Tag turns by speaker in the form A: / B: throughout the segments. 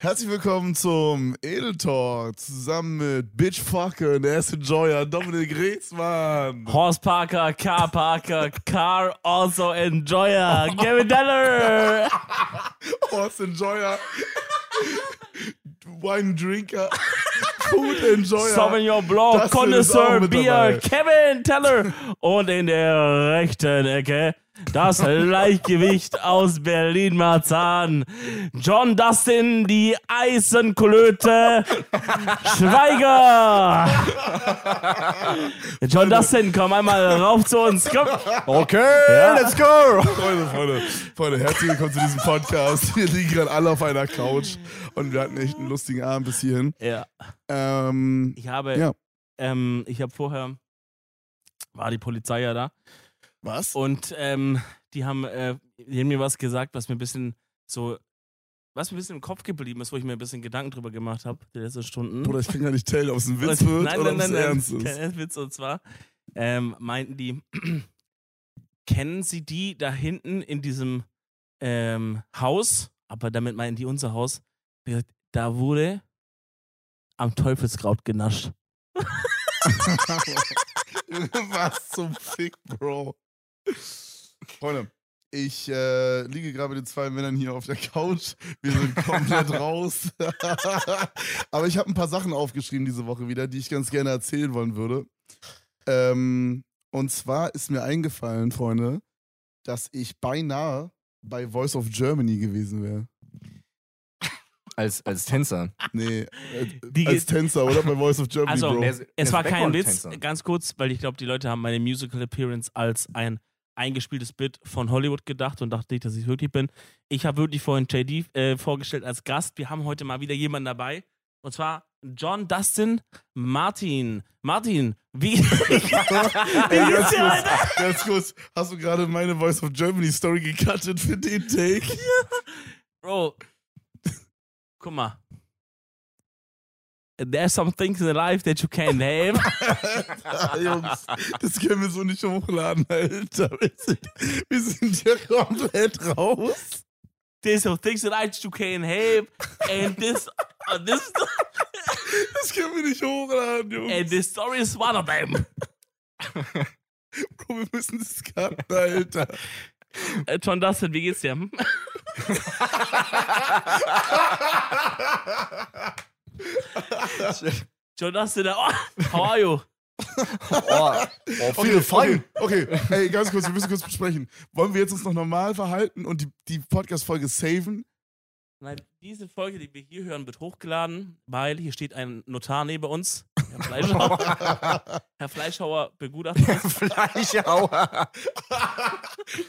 A: Herzlich willkommen zum Edel Talk zusammen mit Bitchfucker und Acid Joyer Dominik Reetzmann.
B: Horse Parker, Car Parker, Car also Enjoyer, Gavin Deller.
A: Horse Oh, Enjoyer. Wine Drinker. Food Enjoyer.
B: Sauvignon Blanc,
A: Oh Das ist auch
B: Connoisseur,
A: mit
B: Bier,
A: dabei.
B: Kevin Teller. Und in der rechten Ecke das Leichtgewicht aus Berlin-Marzahn. John Dustin, die Eisenkolöte. Schweiger. John Dustin, komm einmal rauf zu uns. Komm.
C: Okay,
B: Ja.
C: let's go!
A: Freunde, Freunde, Freunde, herzlich willkommen zu diesem Podcast. Wir liegen gerade alle auf einer Couch und wir hatten echt einen lustigen Abend bis hierhin.
B: Ja,
A: Ähm,
B: ich habe,
A: Ja.
B: ähm, ich habe vorher, war die Polizei ja da.
A: was?
B: Und ähm, die haben, äh, die haben mir was gesagt, was mir ein bisschen so, was mir ein bisschen im Kopf geblieben ist, wo ich mir ein bisschen Gedanken drüber gemacht habe, die letzten Stunden.
A: Bruder, ich kann gar nicht tellen, ob es ein Witz
B: Und-
A: wird
B: nein,
A: oder ob
B: nein,
A: es
B: nein,
A: ernst
B: nein,
A: ist.
B: Kein Witz, und zwar ähm, meinten die, kennen Sie die da hinten in diesem ähm, Haus, aber damit meinen die unser Haus, Wie gesagt, da wurde am Teufelskraut genascht.
A: Was zum Fick, Bro. Freunde, ich äh, liege gerade mit den zwei Männern hier auf der Couch. Wir sind komplett raus. Aber ich habe ein paar Sachen aufgeschrieben diese Woche wieder, die ich ganz gerne erzählen wollen würde. Ähm, und zwar ist mir eingefallen, Freunde, dass ich beinahe bei Voice of Germany gewesen wäre.
C: Als, als Tänzer.
A: Nee, äh,
B: Die
A: als
B: geht-
A: Tänzer, oder? Bei Voice of Germany,
B: Also,
A: Bro.
C: Der ist- der
B: Es
C: ist
B: war kein Witz,
C: Background-Tänzer.
B: ganz kurz, weil ich glaube, die Leute haben meine Musical Appearance als ein eingespieltes Bit von Hollywood gedacht und dachte ich, dass ich wirklich bin. Ich habe wirklich vorhin JD äh, vorgestellt als Gast. Wir haben heute mal wieder jemanden dabei. Und zwar John Dustin Martin. Martin, wie, wie geht's
A: Ganz
B: dir
A: kurz,
B: heute?
A: ganz kurz, hast du gerade meine Voice of Germany Story gecuttet für den Take?
B: Bro, guck mal. There's some things in life that you can't have.
A: Alter, Jungs, das können wir so nicht hochladen, Alter. Wir sind, wir sind hier komplett raus.
B: There's some things in life that you can't have. And this, uh, this
A: Das können wir nicht hochladen, Jungs.
B: And this story is one of them.
A: Bro, wir müssen das cutten, Alter.
B: Äh, John Dustin, wie geht's dir? John Dustin, oh, how are you?
C: Oh, oh viele Fein.
A: Okay, okay. Ey, ganz kurz, wir müssen kurz besprechen. Wollen wir jetzt uns noch normal verhalten und die, die Podcast-Folge saven?
B: Nein, diese Folge, die wir hier hören, wird hochgeladen, weil hier steht ein Notar neben uns. Herr Fleischhauer, Herr Fleischhauer begutachtet uns.
C: Fleischhauer.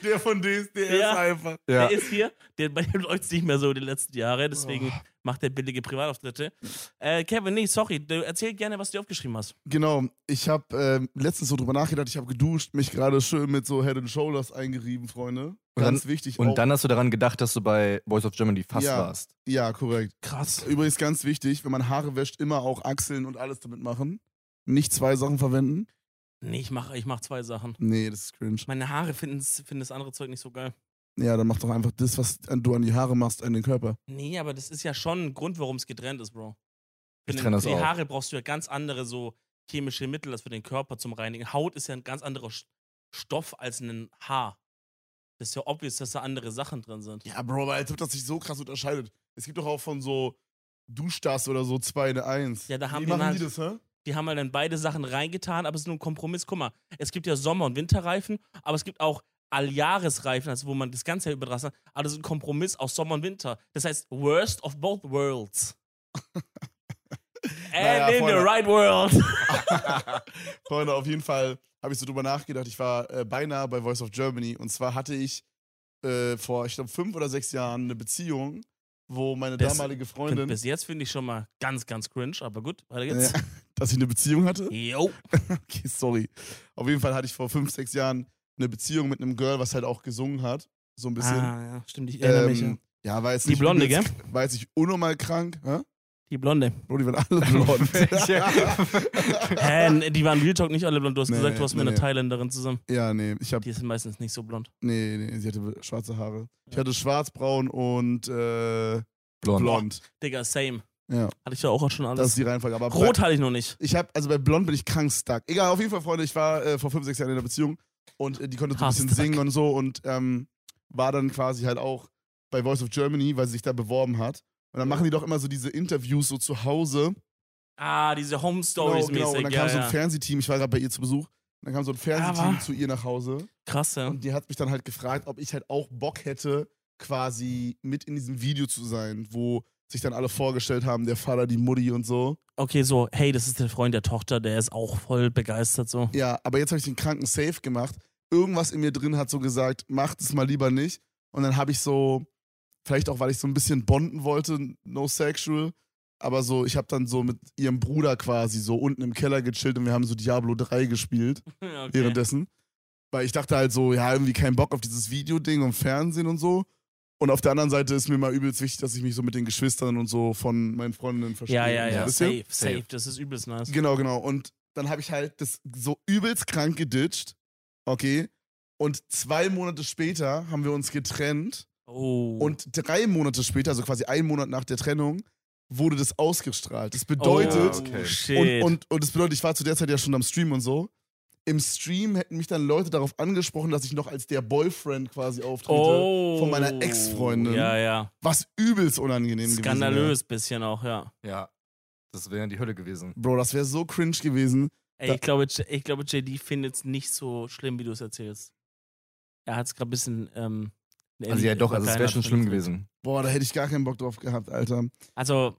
A: Der von DSDS
B: Ja.
A: einfach.
C: Ja.
B: Der ist hier. Der, bei dem läuft es nicht mehr so die letzten Jahre, deswegen macht er billige Privatauftritte. Äh, Kevin, nee, sorry, du erzähl gerne, was du aufgeschrieben hast.
A: Genau, ich habe ähm, letztens so drüber nachgedacht, ich habe geduscht, mich gerade schön mit so Head and Shoulders eingerieben, Freunde.
C: Und
A: Ganz wichtig auch.
C: Und dann hast du daran gedacht, dass du bei Voice of Germany fast
A: Ja.
C: warst.
A: ja, korrekt.
B: Krass.
A: Übrigens ganz wichtig, wenn man Haare wäscht, immer auch Achseln und alles damit machen. Nicht zwei Sachen verwenden.
B: Nee, ich mach, ich mach zwei Sachen.
A: Nee, das ist cringe.
B: Meine Haare finden's- finden das andere Zeug nicht so geil.
A: Ja, dann mach doch einfach das, was an- du an die Haare machst, an den Körper.
B: Nee, aber das ist ja schon ein Grund, warum es getrennt ist, Bro. Für
C: Ich
B: den-
C: trenne das
B: für die
C: auch.
B: Haare brauchst du ja ganz andere so chemische Mittel, als für den Körper zum Reinigen. Haut ist ja ein ganz anderer Sch- Stoff als ein Haar. Das ist ja obvious, dass da andere Sachen drin sind.
A: Ja, Bro, aber als ob das sich so krass unterscheidet. Es gibt doch auch von so Duschstars oder so zwei in eins.
B: Ja, da haben
A: Wie
B: wir
A: machen die
B: eine-
A: das, hä?
B: Die haben halt dann beide Sachen reingetan, aber es ist nur ein Kompromiss. Guck mal, es gibt ja Sommer- und Winterreifen, aber es gibt auch Alljahresreifen, also wo man das ganze Jahr über draußen hat. Aber das ist ein Kompromiss aus Sommer und Winter. Das heißt, worst of both worlds. And
A: Naja,
B: in
A: Freunde.
B: the right world.
A: Freunde, auf jeden Fall habe ich so drüber nachgedacht. Ich war äh, beinahe bei Voice of Germany und zwar hatte ich äh, vor, ich glaube, fünf oder sechs Jahren eine Beziehung, wo meine
B: Das-
A: damalige
B: Find,
A: Freundin,
B: bis jetzt finde ich schon mal ganz, ganz cringe, aber gut, weiter
A: äh,
B: geht's.
A: dass ich eine Beziehung hatte.
B: Jo.
A: Okay, sorry. Auf jeden Fall hatte ich vor fünf, sechs Jahren eine Beziehung mit einem Girl, was halt auch gesungen hat, so ein bisschen.
B: Ah, ja, stimmt, ich erinnere mich. ja.
A: Ähm, ja, war jetzt
B: Die
A: nicht
B: Blonde,
A: übelst- War jetzt nicht unnormal krank, hä?
B: Die Blonde.
A: Bro, die waren alle blond.
B: Hä, n- die waren Real Talk nicht alle blond. Du hast
A: Nee,
B: gesagt, du warst
A: nee,
B: mit einer
A: nee.
B: Thailänderin zusammen.
A: ja, nee, ich habe
B: Die ist meistens nicht so blond.
A: Nee, nee, sie hatte schwarze Haare. Ich
B: Ja.
A: hatte schwarz, braun und äh,
C: Blond.
A: blond.
B: Digga, same.
A: Ja,
B: Hatte ich ja auch schon
A: das ist
B: alles.
A: die Reihenfolge. Aber bei-
B: Rot hatte ich noch nicht.
A: Ich habe also bei Blond bin ich krank stuck. Egal, auf jeden Fall, Freunde, ich war äh, vor fünf, sechs Jahren in einer Beziehung und äh, die konnte so ein
B: Hard
A: bisschen
B: stuck.
A: singen und so und ähm, war dann quasi halt auch bei Voice of Germany, weil sie sich da beworben hat. Und dann machen die doch immer so diese Interviews so zu Hause.
B: Ah, diese Home Stories
A: genau. Und
B: mäßig.
A: dann
B: ja,
A: kam so ein
B: ja.
A: Fernsehteam, ich war gerade bei ihr zu Besuch. Und Dann kam so ein Fernsehteam
B: Aber-
A: zu ihr nach Hause
B: Krass, ja.
A: und die hat mich dann halt gefragt, ob ich halt auch Bock hätte, quasi mit in diesem Video zu sein, wo sich dann alle vorgestellt haben, der Vater, die Mutti und so.
B: Okay, so, hey, das ist der Freund der Tochter, der ist auch voll begeistert so.
A: Ja, aber jetzt habe ich den Kranken safe gemacht. Irgendwas in mir drin hat so gesagt, macht es mal lieber nicht. Und dann habe ich so, vielleicht auch, weil ich so ein bisschen bonden wollte, no sexual, aber so, ich habe dann so mit ihrem Bruder quasi so unten im Keller gechillt und wir haben so Diablo 3 gespielt
B: Okay.
A: währenddessen. Weil ich dachte halt so, ja, irgendwie keinen Bock auf dieses Videoding und Fernsehen und so. Und auf der anderen Seite ist mir mal übelst wichtig, dass ich mich so mit den Geschwistern und so von meinen Freundinnen verstehe.
B: Ja, ja, ja.
A: Wisst ihr?
B: Safe, safe.
C: Safe.
B: Das ist übelst nice.
A: Genau, genau. Und dann habe ich halt das so übelst krank geditcht. Okay. Und zwei Monate später haben wir uns getrennt.
B: Oh.
A: Und drei Monate später, also quasi einen Monat nach der Trennung, wurde das ausgestrahlt. Das bedeutet,
C: okay.
B: Oh,
C: Und-
B: shit.
A: und, und, und das bedeutet, ich war zu der Zeit ja schon am Stream und so. Im Stream hätten mich dann Leute darauf angesprochen, dass ich noch als der Boyfriend quasi auftrete.
B: oh.
A: von meiner Ex-Freundin.
B: Ja, ja.
A: Was übelst unangenehm gewesen wäre.
B: Skandalös bisschen auch, ja.
C: Ja. Das wäre die Hölle gewesen.
A: Bro, das wäre so cringe gewesen.
B: Ey,
A: Da-
B: ich glaube, J- ich glaube JD findet es nicht so schlimm, wie du es erzählst. Er hat es gerade ein bisschen. Ähm,
C: Also ja doch, also es wäre schon schlimm
B: verkleinert.
C: gewesen.
A: Boah, da hätte ich gar keinen Bock drauf gehabt, Alter.
B: Also,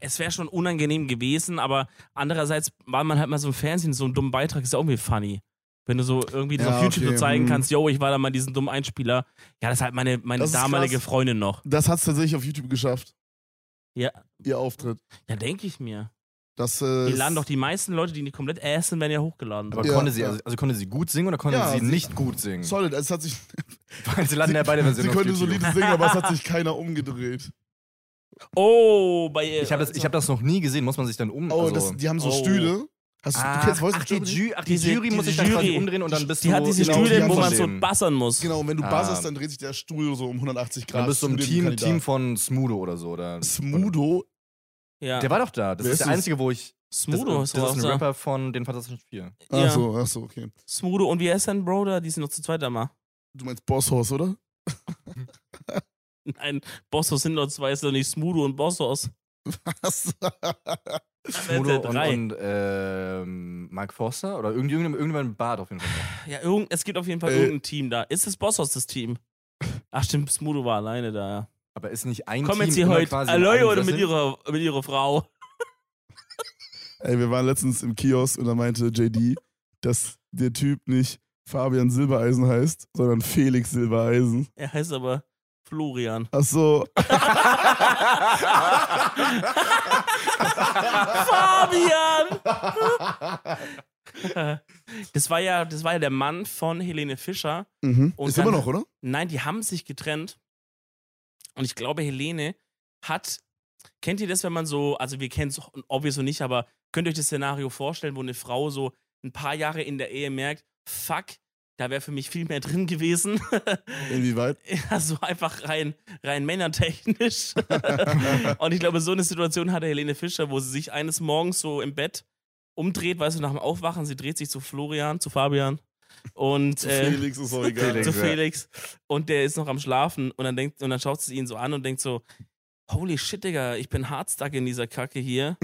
B: es wäre schon unangenehm gewesen, aber andererseits war man halt mal so im Fernsehen, so ein dummen Beitrag ist ja auch irgendwie funny. Wenn du so irgendwie
A: Ja,
B: auf YouTube
A: okay,
B: so zeigen
A: hm.
B: kannst, yo, ich war da mal diesen dummen Einspieler. Ja, das ist halt meine, meine
A: Das ist
B: damalige
A: krass.
B: Freundin noch.
A: Das hat es tatsächlich auf YouTube geschafft.
B: Ja.
A: Ihr Auftritt.
B: Ja, denke ich mir.
A: Das, äh,
B: Die laden doch die meisten Leute, die nicht komplett essen, werden ja hochgeladen.
C: Aber
A: Ja,
C: konnte sie,
A: ja.
C: also, also konnte sie gut singen oder konnte
A: Ja,
C: sie
A: sie-
C: nicht gut singen?
A: Solid, es hat sich.
C: Weil sie landen ja beide
A: Sie
C: Versionen auf
A: konnte
C: YouTube.
A: solide singen, aber es hat sich keiner umgedreht.
B: oh, bei
C: Ich habe das, ich hab das noch nie gesehen, muss man sich dann um...
A: Oh,
C: also,
A: das, die haben so
B: oh.
A: Stühle. Hast du,
B: Ah,
A: du kennst Voice of
C: ach, die,
A: Germany?
C: Ju ach, die
B: Diese-
C: Jury
B: diese
C: muss sich dann quasi
B: Jury.
C: umdrehen und dann bist
B: Die
C: du...
B: hat diese
A: genau, die
B: Stühle,
A: haben
B: wo man
A: von
B: so bassern muss.
A: Genau, und wenn du
C: Ah.
A: buzzerst, dann dreht sich der Stuhl so um 180 Grad.
C: Dann bist du im
A: zu dem
C: Team,
A: Kandidaten.
C: Team von Smudo oder so. Oder,
A: Smudo.
B: Ja.
C: Der war doch da. Das
A: Wer
C: ist
A: ist
C: der
A: das?
C: einzige, wo ich...
B: Smudo
C: das,
B: ist
C: das
B: auch
C: ist ein
B: da.
C: Rapper von den Fantastischen Vier.
A: Ach
B: Ja.
A: so, ach so, okay.
B: Smudo und wie heißt denn Bro da? Die sind noch zu zweit da mal.
A: Du meinst Boss Horse, oder?
B: Nein, Bossos sind noch zwei, ist doch nicht Smudo und Bossos.
A: Was?
B: Das wären
C: Smudo
B: ja
C: und,
B: drei.
C: und ähm, Mark Forster oder irgendjemand, irgendjemand im Bart auf jeden Fall.
B: Ja, irgend, es gibt auf jeden Fall
A: Äh.
B: irgendein Team da. Ist das Bosshaus das Team? Ach stimmt, Smudo war alleine da, ja.
C: Aber ist nicht ein
B: Komm
C: Team
B: jetzt hier
C: immer
B: heute
C: quasi
B: alleine
C: ein
B: oder mit
C: Sessel?
B: ihrer, mit ihrer Frau?
A: Ey, wir waren letztens im Kiosk und da meinte JD, dass der Typ nicht Fabian Silbereisen heißt, sondern Felix Silbereisen.
B: Er heißt aber Florian.
A: Ach so,
B: Fabian! das, war ja, das war ja der Mann von Helene Fischer.
A: Mhm.
B: Und
A: ist
B: dann-
A: immer noch, oder?
B: Nein, die haben sich getrennt. Und ich glaube, Helene hat. Kennt ihr das, wenn man so, also wir kennen es obviously nicht, aber könnt ihr euch das Szenario vorstellen, wo eine Frau so ein paar Jahre in der Ehe merkt, fuck, da wäre für mich viel mehr drin gewesen.
A: Inwieweit?
B: Also einfach rein, rein männertechnisch. und ich glaube, so eine Situation hatte Helene Fischer, wo sie sich eines Morgens so im Bett umdreht, weißt du, nach dem Aufwachen, sie dreht sich zu Florian, zu Fabian. Und äh,
A: Felix ist auch egal.
C: Felix.
B: zu
C: ja.
B: Felix und der ist noch am Schlafen und dann denkt und dann schaut sie ihn so an und denkt so Holy shit, Digga, ich bin hardstuck in dieser Kacke hier.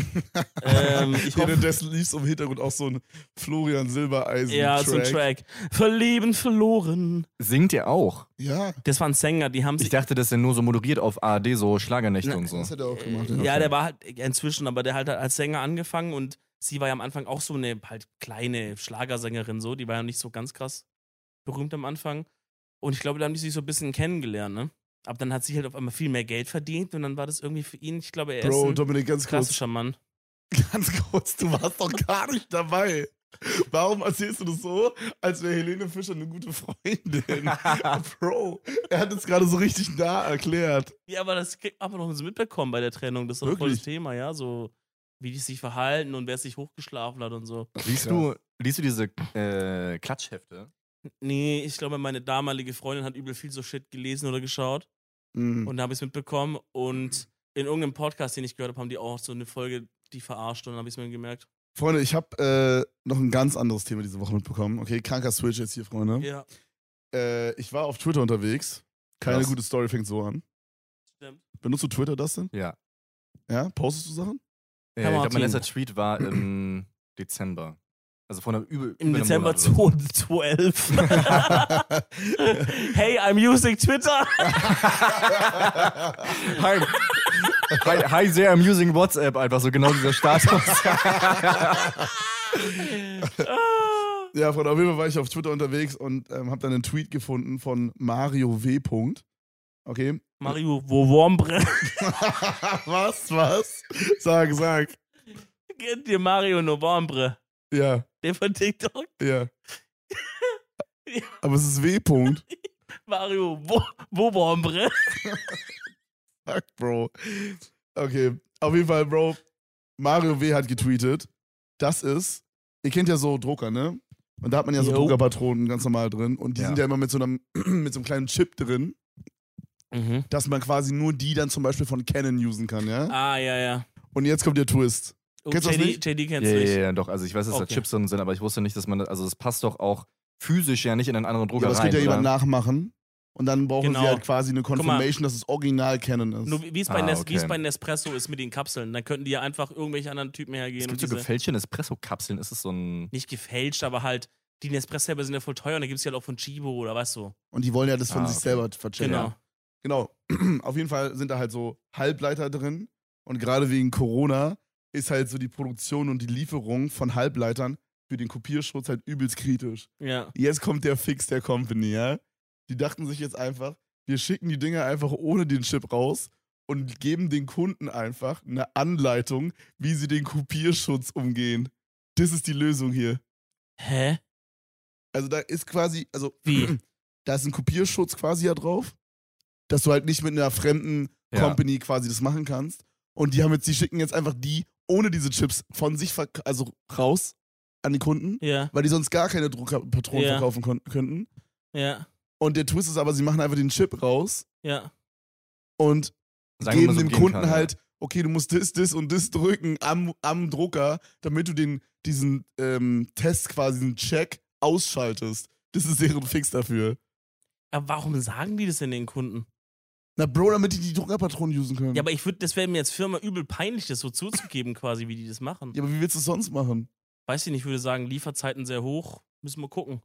B: ähm, ich hoffe,
A: Währenddessen lief es im Hintergrund auch so ein Florian Silbereisen.
B: ja, so ein Track. Verlieben, verloren.
C: Singt er auch?
A: Ja,
B: Das waren Sänger, die haben
C: Ich
B: sich.
C: dachte, dass er nur so moderiert auf ARD, so Schlagernächte
B: Na,
C: und so.
A: das hat er auch gemacht.
B: Äh, ja, der war halt inzwischen, aber der hat halt als Sänger angefangen und sie war ja am Anfang auch so eine halt kleine Schlagersängerin, so. Die war ja nicht so ganz krass berühmt am Anfang. Und ich glaube, da haben die sich so ein bisschen kennengelernt, ne? Aber dann hat sie halt auf einmal viel mehr Geld verdient und dann war das irgendwie für ihn, ich glaube, er ist.
A: Bro,
B: ein-
A: Dominik, ganz kurz.
B: Klassischer Mann.
A: Ganz kurz, du warst doch gar nicht dabei. Warum erzählst du das so, als wäre Helene Fischer eine gute Freundin? Bro, er hat es gerade so richtig nah erklärt.
B: Ja, aber das kriegt man noch so mitbekommen bei der Trennung. Das ist doch voll
A: Wirklich?
B: das Thema, ja. So, wie die sich verhalten und wer sich hochgeschlafen hat und so.
C: Liest du, liest du diese äh, Klatschhefte?
B: Nee, ich glaube, meine damalige Freundin hat übel viel so Shit gelesen oder geschaut.
C: Hm.
A: Mhm.
B: Und da habe ich es mitbekommen. Und in irgendeinem Podcast, den ich gehört habe, haben die auch so eine Folge, die verarscht. Und dann habe ich es mir gemerkt.
A: Freunde, ich habe äh, noch ein ganz anderes Thema diese Woche mitbekommen. Okay, kranker Switch jetzt hier, Freunde.
B: Ja,
A: Äh, ich war auf Twitter unterwegs. Keine
C: Krass.
A: gute Story fängt so an.
B: stimmt.
A: Benutzt du Twitter, das denn?
C: Ja.
A: Ja? Postest du Sachen?
C: Äh, ich glaube,
B: Martin.
C: mein letzter Tweet war im Dezember. Also vor einer über,
B: Im
C: über einem
B: Dezember
C: Monat oder so.
B: 2012. hey, I'm using Twitter.
C: Hi, hi, hi, sehr amusing WhatsApp, einfach so genau dieser Status.
B: Ah.
A: Ja, Freunde, auf jeden Fall war ich auf Twitter unterwegs und ähm, habe dann einen Tweet gefunden von Mario W. Punkt. Okay.
B: Mario, wo Wombre?
A: was, was? Sag, sag.
B: Kennt ihr Mario Novembre?
A: Ja,
B: Der von TikTok?
A: ja. Aber es ist W. Punkt.
B: Mario, wo, wo Wombre?
A: Fuck, Bro. Okay, auf jeden Fall, Bro. Mario W. hat getweetet, das ist, ihr kennt ja so Drucker, ne? Und da hat man ja so
B: Jo.
A: Druckerpatronen ganz normal drin. Und die
C: Ja.
A: sind ja immer mit so, einem, mit so einem kleinen Chip drin,
B: Mhm.
A: dass man quasi nur die dann zum Beispiel von Canon usen kann, ja?
B: Ah, ja, ja.
A: Und jetzt kommt der Twist.
B: Oh,
A: Kennst du das
B: JD,
A: nicht?
B: JD kennst
C: Ja,
B: du
C: ja,
B: nicht.
C: ja, doch. Also ich weiß, dass
B: Okay.
C: da Chips drin sind, aber ich wusste nicht, dass man das, also das passt doch auch physisch ja nicht in einen anderen
A: Ja,
C: Drucker
A: aber das
C: rein.
A: geht ja jemand
C: oder?
A: nachmachen. Und dann brauchen
B: Genau.
A: sie halt quasi eine
B: mal.
A: Confirmation, dass es original Canon ist.
B: Nur wie wie es bei,
C: Ah,
B: Nes, wie es
C: okay.
B: bei Nespresso ist mit den Kapseln. Dann könnten die ja einfach irgendwelche anderen Typen
C: Es
B: hergehen
C: gibt
B: und
C: so
B: um diese,
C: gefälschte Espresso-Kapseln, ist es so ein...
B: nicht gefälscht, aber halt, die Nespresso selber sind ja voll teuer und da gibt es ja halt auch von Chibo oder was so.
A: Und die wollen ja das von
C: Ah,
A: sich
C: okay.
A: selber verchecken.
B: Genau.
A: Genau. Auf jeden Fall sind da halt so Halbleiter drin. Und gerade wegen Corona ist halt so die Produktion und die Lieferung von Halbleitern für den Kopierschutz halt übelst kritisch.
B: Genau. Ja.
A: Jetzt kommt der Fix der Company, ja? Die dachten sich jetzt einfach, wir schicken die Dinger einfach ohne den Chip raus und geben den Kunden einfach eine Anleitung, wie sie den Kopierschutz umgehen. Das ist die Lösung hier.
B: Hä?
A: Also da ist quasi, also
B: Wie?
A: da ist ein Kopierschutz quasi ja drauf, dass du halt nicht mit einer fremden
C: Ja.
A: Company quasi das machen kannst. Und die haben jetzt, die schicken jetzt einfach die ohne diese Chips von sich verk- also raus an die Kunden,
B: Ja,
A: weil die sonst gar keine Druckerpatronen
B: Ja.
A: verkaufen kon- könnten.
B: ja,
A: Und der Twist ist aber, sie machen einfach den Chip raus
B: ja.
A: und
C: Sagen wir
A: geben
C: mal so
A: dem
C: umgehen
A: Kunden
C: kann, ja.
A: halt, okay, du musst das, das und das drücken am, am Drucker, damit du den, diesen ähm, Test quasi, diesen Check ausschaltest. Das ist deren Fix dafür.
B: Aber warum sagen die das denn den Kunden?
A: Na, Bro, damit die die Druckerpatronen usen können.
B: Ja, aber ich würde, das wäre mir als Firma übel peinlich, das so zuzugeben, quasi, wie die das machen.
A: Ja, aber wie willst du es sonst machen?
B: Weiß ich nicht, ich würde sagen, Lieferzeiten sehr hoch, müssen wir gucken.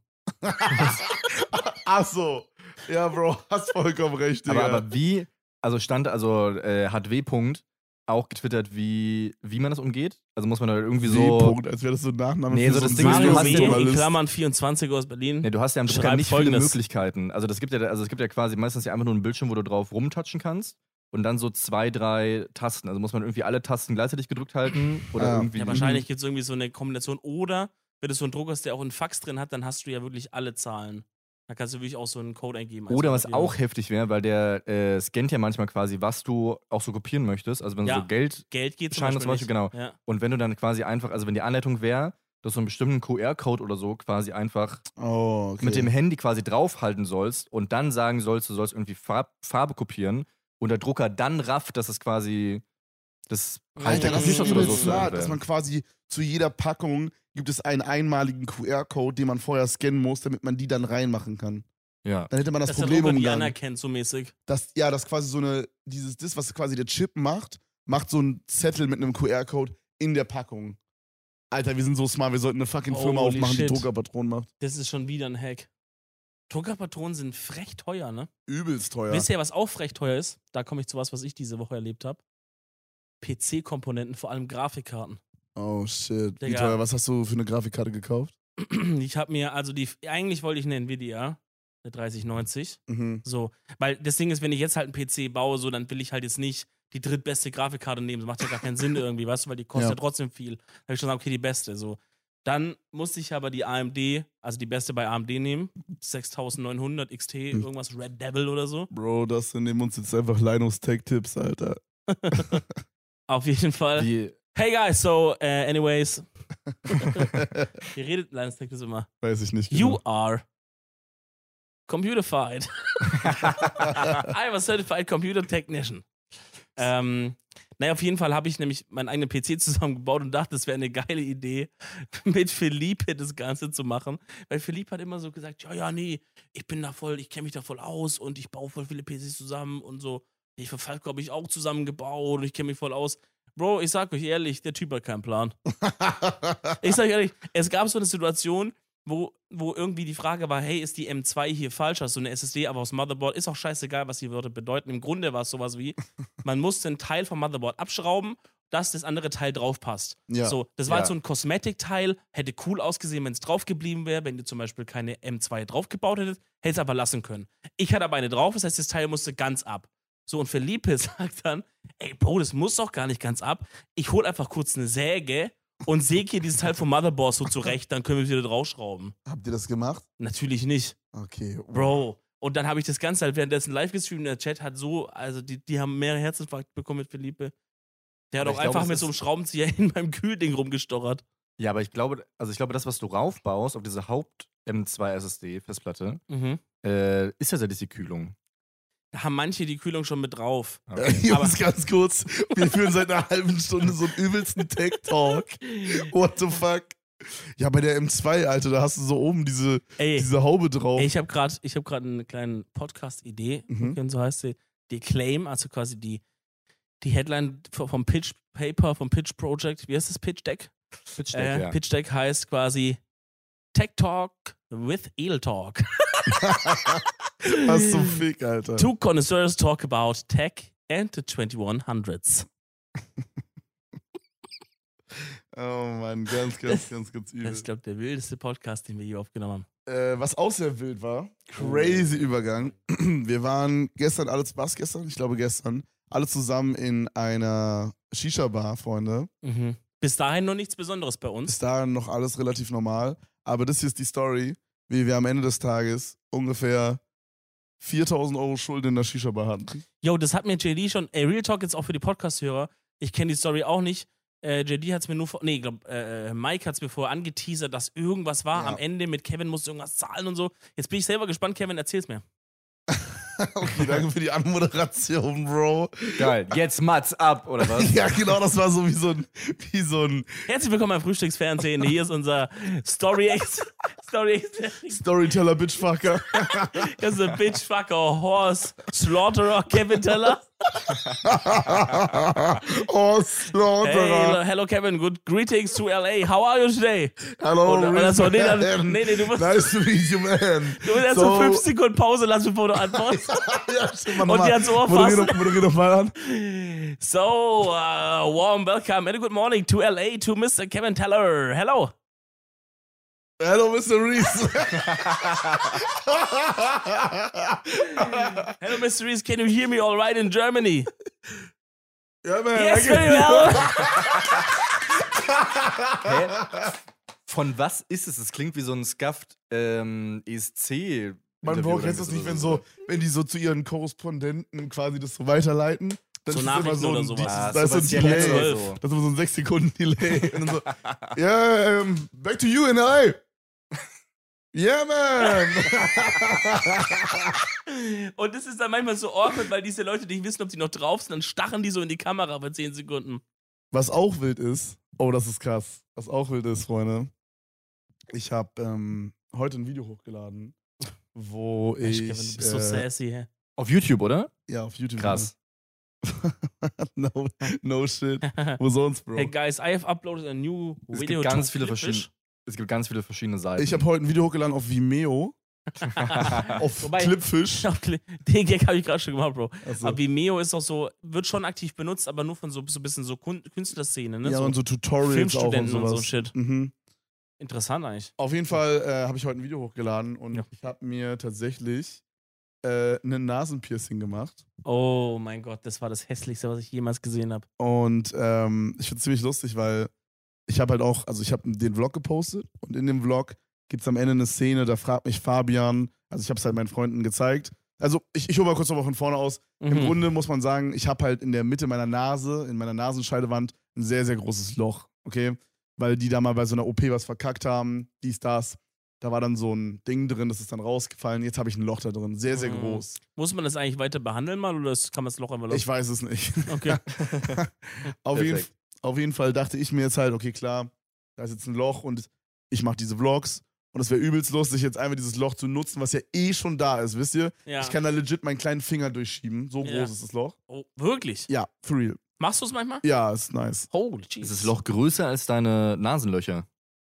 A: Ach so. Ja, Bro, hast vollkommen recht, Digga.
C: Aber, aber wie, also stand, also äh, hat W. -Punkt auch getwittert, wie, wie man das umgeht? Also muss man da irgendwie so...
A: W-Punkt, als wäre das so ein Nachname.
C: Nee,
A: für
C: so das
A: einen
C: Ding ist, du
B: Mario
A: sinnlosen
C: hast-
B: W. in
A: Journalist.
B: Klammern 24 aus Berlin.
C: Nee, du hast ja am Drucker
B: Schreib
C: nicht viele
B: Folgendes.
C: Möglichkeiten. Also das gibt ja, also es gibt ja quasi meistens ja einfach nur ein Bildschirm, wo du drauf rumtatschen kannst und dann so zwei, drei Tasten. Also muss man irgendwie alle Tasten gleichzeitig gedrückt halten oder
A: Ah.
C: irgendwie.
B: Ja, wahrscheinlich gibt es irgendwie so eine Kombination. Oder wenn du so einen Druck hast, der auch einen Fax drin hat, dann hast du ja wirklich alle Zahlen. Da kannst du wirklich auch so einen Code eingeben. Also als
C: Oder was
B: Beispiel.
C: auch heftig wäre, weil der äh, scannt ja manchmal quasi, was du auch so kopieren möchtest. Also wenn
B: Ja.
C: so Geld
B: Geld geht zum Beispiel,
C: Schein und zum Beispiel, genau.
B: nicht. Ja.
C: und wenn du dann quasi einfach, also wenn die Anleitung wäre, dass du einen bestimmten QR-Code oder so quasi einfach
A: Oh, okay.
C: mit dem Handy quasi draufhalten sollst und dann sagen sollst, du sollst irgendwie Farb, Farbe kopieren und der Drucker dann rafft, dass es quasi das halt
A: Alter,
C: der
A: das ist
C: Kopierschutz oder so
A: übelst
B: zu
A: smart,
C: vielleicht
A: dass
C: wäre.
A: man quasi zu jeder Packung gibt es einen einmaligen QR-Code, den man vorher scannen muss, damit man die dann reinmachen kann.
C: Ja.
A: Dann hätte man das
B: Dass der
A: Problem
B: Drucker die
A: umgangen.
B: anerkennt, so mäßig.
A: Dass, ja, das quasi so eine, dieses, das, was quasi der Chip macht, macht so einen Zettel mit einem QR-Code in der Packung. Alter, wir sind so smart, wir sollten eine fucking Firma
B: Holy
A: aufmachen,
B: shit.
A: die Druckerpatronen macht.
B: Das ist schon wieder ein Hack. Druckerpatronen sind frech teuer, ne?
A: Übelst teuer.
B: Wisst ihr, was auch frech teuer ist? Da komme ich zu was, was ich diese Woche erlebt habe. PC-Komponenten, vor allem Grafikkarten.
A: Oh shit. Wie
B: Digga.
A: teuer, was hast du für eine Grafikkarte gekauft?
B: Ich habe mir, also die, eigentlich wollte ich eine Nvidia, eine 3090.
A: Mhm.
B: So, weil das Ding ist, wenn ich jetzt halt einen PC baue, so, dann will ich halt jetzt nicht die drittbeste Grafikkarte nehmen. Das macht ja gar keinen Sinn irgendwie, weißt du, weil die kostet
A: Ja.
B: ja. trotzdem viel. Da habe ich schon gesagt, okay, die beste. So. Dann musste ich aber die AMD, also die beste bei AMD nehmen. 6900 XT, irgendwas Red Devil oder so.
A: Bro, das nehmen uns jetzt einfach Linus Tech Tipps, Alter.
B: Auf jeden
A: Äh.
B: Fall.
C: Die,
B: Hey guys, so, uh, anyways. Ihr redet, nein, das ist immer.
A: Weiß ich nicht.
B: You are Computerfied. I'm a certified computer technician. Ähm, naja, auf jeden Fall habe ich nämlich meinen eigenen PC zusammengebaut und dachte, es wäre eine geile Idee, mit Felipe das Ganze zu machen. Weil Felipe hat immer so gesagt, ja, ja, nee, ich bin da voll, ich kenne mich da voll aus und ich baue voll viele PCs zusammen und so. Ich für Falco habe ich auch zusammengebaut und ich kenne mich voll aus. Bro, ich sag euch ehrlich, der Typ hat keinen Plan. Ich sag ehrlich, es gab so eine Situation, wo, wo irgendwie die Frage war, hey, ist die M2 hier falsch? Hast du eine SSD, aber aufs Motherboard? Ist auch scheißegal, was die Wörter bedeuten. Im Grunde war es sowas wie, man musste einen Teil vom Motherboard abschrauben, dass das andere Teil draufpasst.
A: genau. Ja.
B: So, das war
C: Ja.
B: jetzt so ein Kosmetikteil, hätte cool ausgesehen, wenn es drauf geblieben wäre, wenn ihr zum Beispiel keine M2 draufgebaut hättet, hätte es aber lassen können. Ich hatte aber eine drauf, das heißt, das Teil musste ganz ab. So, und Felipe sagt dann, ey, Bro, das muss doch gar nicht ganz ab. Ich hol einfach kurz eine Säge und säge hier dieses Teil vom Motherboard so zurecht, dann können wir es wieder draufschrauben.
A: Habt ihr das gemacht?
B: Natürlich nicht,
A: Okay.
B: Bro. Und dann habe ich das Ganze halt währenddessen live gestreamt. Der Chat hat so, also die, die haben mehrere Herzinfarkte bekommen mit Felipe. Der hat
C: Aber
B: auch
C: ich glaube,
B: einfach
C: es
B: mit so einem
C: ist-
B: Schraubenzieher in meinem Kühlding rumgestochert.
C: Ja, aber ich glaube, also ich glaube, das, was du raufbaust auf diese Haupt-M2 SSD-Festplatte,
B: Mhm.
C: äh, ist tatsächlich die Kühlung.
B: Da haben manche die Kühlung schon mit drauf.
A: Jungs, ganz kurz. Wir führen seit einer halben Stunde so einen übelsten Tech-Talk. What the fuck? Ja, bei der M2, Alter, da hast du so oben diese,
B: Ey,
A: diese Haube drauf.
B: Ey, ich habe gerade hab grad eine kleine Podcast-Idee,
A: Mhm.
B: okay, und so heißt sie. Die Claim, also quasi die, die Headline v- vom Pitch Paper, vom Pitch Project. Wie heißt das? Pitch Deck?
C: Pitch
B: äh,
C: ja.
B: Pitch Deck heißt quasi Tech Talk with Edel Talk.
A: Was zum Fick, Alter.
B: Two connoisseurs talk about tech and the 2100s.
A: Oh Mann, ganz, ganz, ganz, ganz übel.
B: Das ist, glaube ich, der wildeste Podcast, den wir je aufgenommen haben.
A: äh, was auch sehr wild war,
B: Oh.
A: crazy Übergang. Wir waren gestern, alle, war es gestern? Ich glaube gestern, alle zusammen in einer Shisha-Bar, Freunde.
B: Mhm. Bis dahin noch nichts Besonderes bei uns.
A: Ist da noch alles relativ normal. Aber das hier ist die Story, wie wir am Ende des Tages ungefähr 4000 Euro Schulden in der Shisha-Bar hatten.
B: Yo, das hat mir JD schon. Ey, Real Talk jetzt auch für die Podcast-Hörer. Ich kenne die Story auch nicht. Äh, JD hat es mir nur vor. Nee, ich glaube, äh, Mike hat es mir vorher angeteasert, dass irgendwas war
A: Ja.
B: am Ende mit Kevin musste irgendwas zahlen und so. Jetzt bin ich selber gespannt, Kevin, erzähl's mir.
A: Okay, danke für die Anmoderation, Bro.
C: Geil. Jetzt Mats ab, oder was?
A: Ja, genau, das war so wie so ein, wie so ein
B: Herzlich willkommen beim Frühstücksfernsehen. Hier ist unser Story Ex. Story Ex.
A: Storyteller, Bitchfucker.
B: Das ist ein Bitchfucker, Horse, Slaughterer, Kevin Teller.
A: oh,
B: Hey,
A: Slaughterer.
B: hello Kevin, good greetings to LA. How are you today?
A: Hello,
B: Und- und das war- nee, dann-
A: man.
B: nee, nee, du musst-
A: Nice to meet you, man.
B: Du musst erst so,
A: So-
B: 5 Sekunden Pause lassen, bevor du antwortest.
A: ja, stimmt, mal
B: Und
A: nochmal.
B: die ans Ohr
A: Moderier
B: fassen.
A: doch- Moderier doch mal an.
B: So, uh, warm welcome and a good morning to LA to Mr. Kevin Teller. Hello.
A: Hello, Mr. Reese.
B: Hello, Mr. Reese. Can you hear me all right in Germany?
A: yeah, man.
B: Yes,
A: I
B: very
A: can-
B: well.
C: Hä? Von was ist es? Es klingt wie so ein scuffed ähm, esc
A: Man, Bro, kennst du das nicht, wenn so, wenn die so zu ihren Korrespondenten quasi das so weiterleiten? Dann
B: So
A: ist es
B: Nachrichten
A: immer so
B: oder
A: ein,
B: sowas.
A: dieses-
C: Ah,
A: Da ist so ein
C: Sebastian
A: Delay.
B: Hetzler.
C: so.
A: Das ist immer so ein 6 Sekunden Delay. Und dann so, yeah, um, back to you in LA. Yeah, man.
B: Und das ist dann manchmal so awkward, weil diese Leute nicht wissen, ob sie noch drauf sind. Dann stachen die so in die Kamera für 10 Sekunden.
A: Was auch wild ist, oh, das ist krass. Was auch wild ist, Freunde, ich habe ähm, heute ein Video hochgeladen, wo
B: Mensch,
A: ich.
B: Kevin, du bist so
A: äh,
B: sassy. hä?
C: Auf YouTube, oder? Mhm.
A: Ja, auf YouTube.
C: Krass.
A: no, no shit. Wo sonst, Bro?
B: hey, guys, I have uploaded a new
C: Es
B: video.
C: gibt ganz
B: to
C: viele verschiedene.
B: Clipfish.
C: Es gibt ganz viele verschiedene Seiten.
A: Ich habe heute ein Video hochgeladen auf Vimeo, auf
B: Wobei-
A: Clipfish.
B: Auf Cli- Den Gag habe ich gerade schon gemacht, Bro.
A: Also,
B: Aber Vimeo ist auch so, wird schon aktiv benutzt, aber nur von so, so ein bisschen so Kun- Künstlerszene, ne?
A: ja,
B: so
A: und so Tutorials auch und
B: Filmstudenten und
A: sowas.
B: so Shit.
A: Mhm.
B: Interessant eigentlich.
A: Auf jeden Fall äh, habe ich heute ein Video hochgeladen und
B: Ja.
A: ich habe mir tatsächlich äh, ein Nasenpiercing gemacht.
B: Oh mein Gott, das war das hässlichste, was ich jemals gesehen habe.
A: Und ähm, ich finde es ziemlich lustig, weil ich habe halt auch, also ich habe den Vlog gepostet und in dem Vlog gibt es am Ende eine Szene, da fragt mich Fabian, also ich habe es halt meinen Freunden gezeigt. Also ich, ich hole mal kurz nochmal von vorne aus.
B: Hm.
A: Im Grunde muss man sagen, ich habe halt in der Mitte meiner Nase, in meiner Nasenscheidewand, ein sehr, sehr großes Loch, okay? Weil die da mal bei so einer OP was verkackt haben, dies, das. Da war dann so ein Ding drin, das ist dann rausgefallen. Jetzt habe ich ein Loch da drin. Sehr, sehr
B: Mhm.
A: groß.
B: Muss man das eigentlich weiter behandeln mal oder ist- kann man das Loch einfach
A: Ich weiß
B: lassen?
A: es nicht.
B: Okay.
A: auf, jeden,
C: Perfekt.
A: auf jeden Fall dachte ich mir jetzt halt, okay, klar, da ist jetzt ein Loch und ich mache diese Vlogs. Und es wäre übelst lustig, jetzt einfach dieses Loch zu nutzen, was ja eh schon da ist, wisst ihr?
B: Ja.
A: Ich kann da legit meinen kleinen Finger durchschieben. So
B: Ja.
A: groß ist das Loch.
B: oh, wirklich?
A: Ja, for real.
B: Machst du es manchmal?
A: Ja, ist nice.
B: Holy
C: Ist
B: Jesus.
C: das Loch größer als deine Nasenlöcher?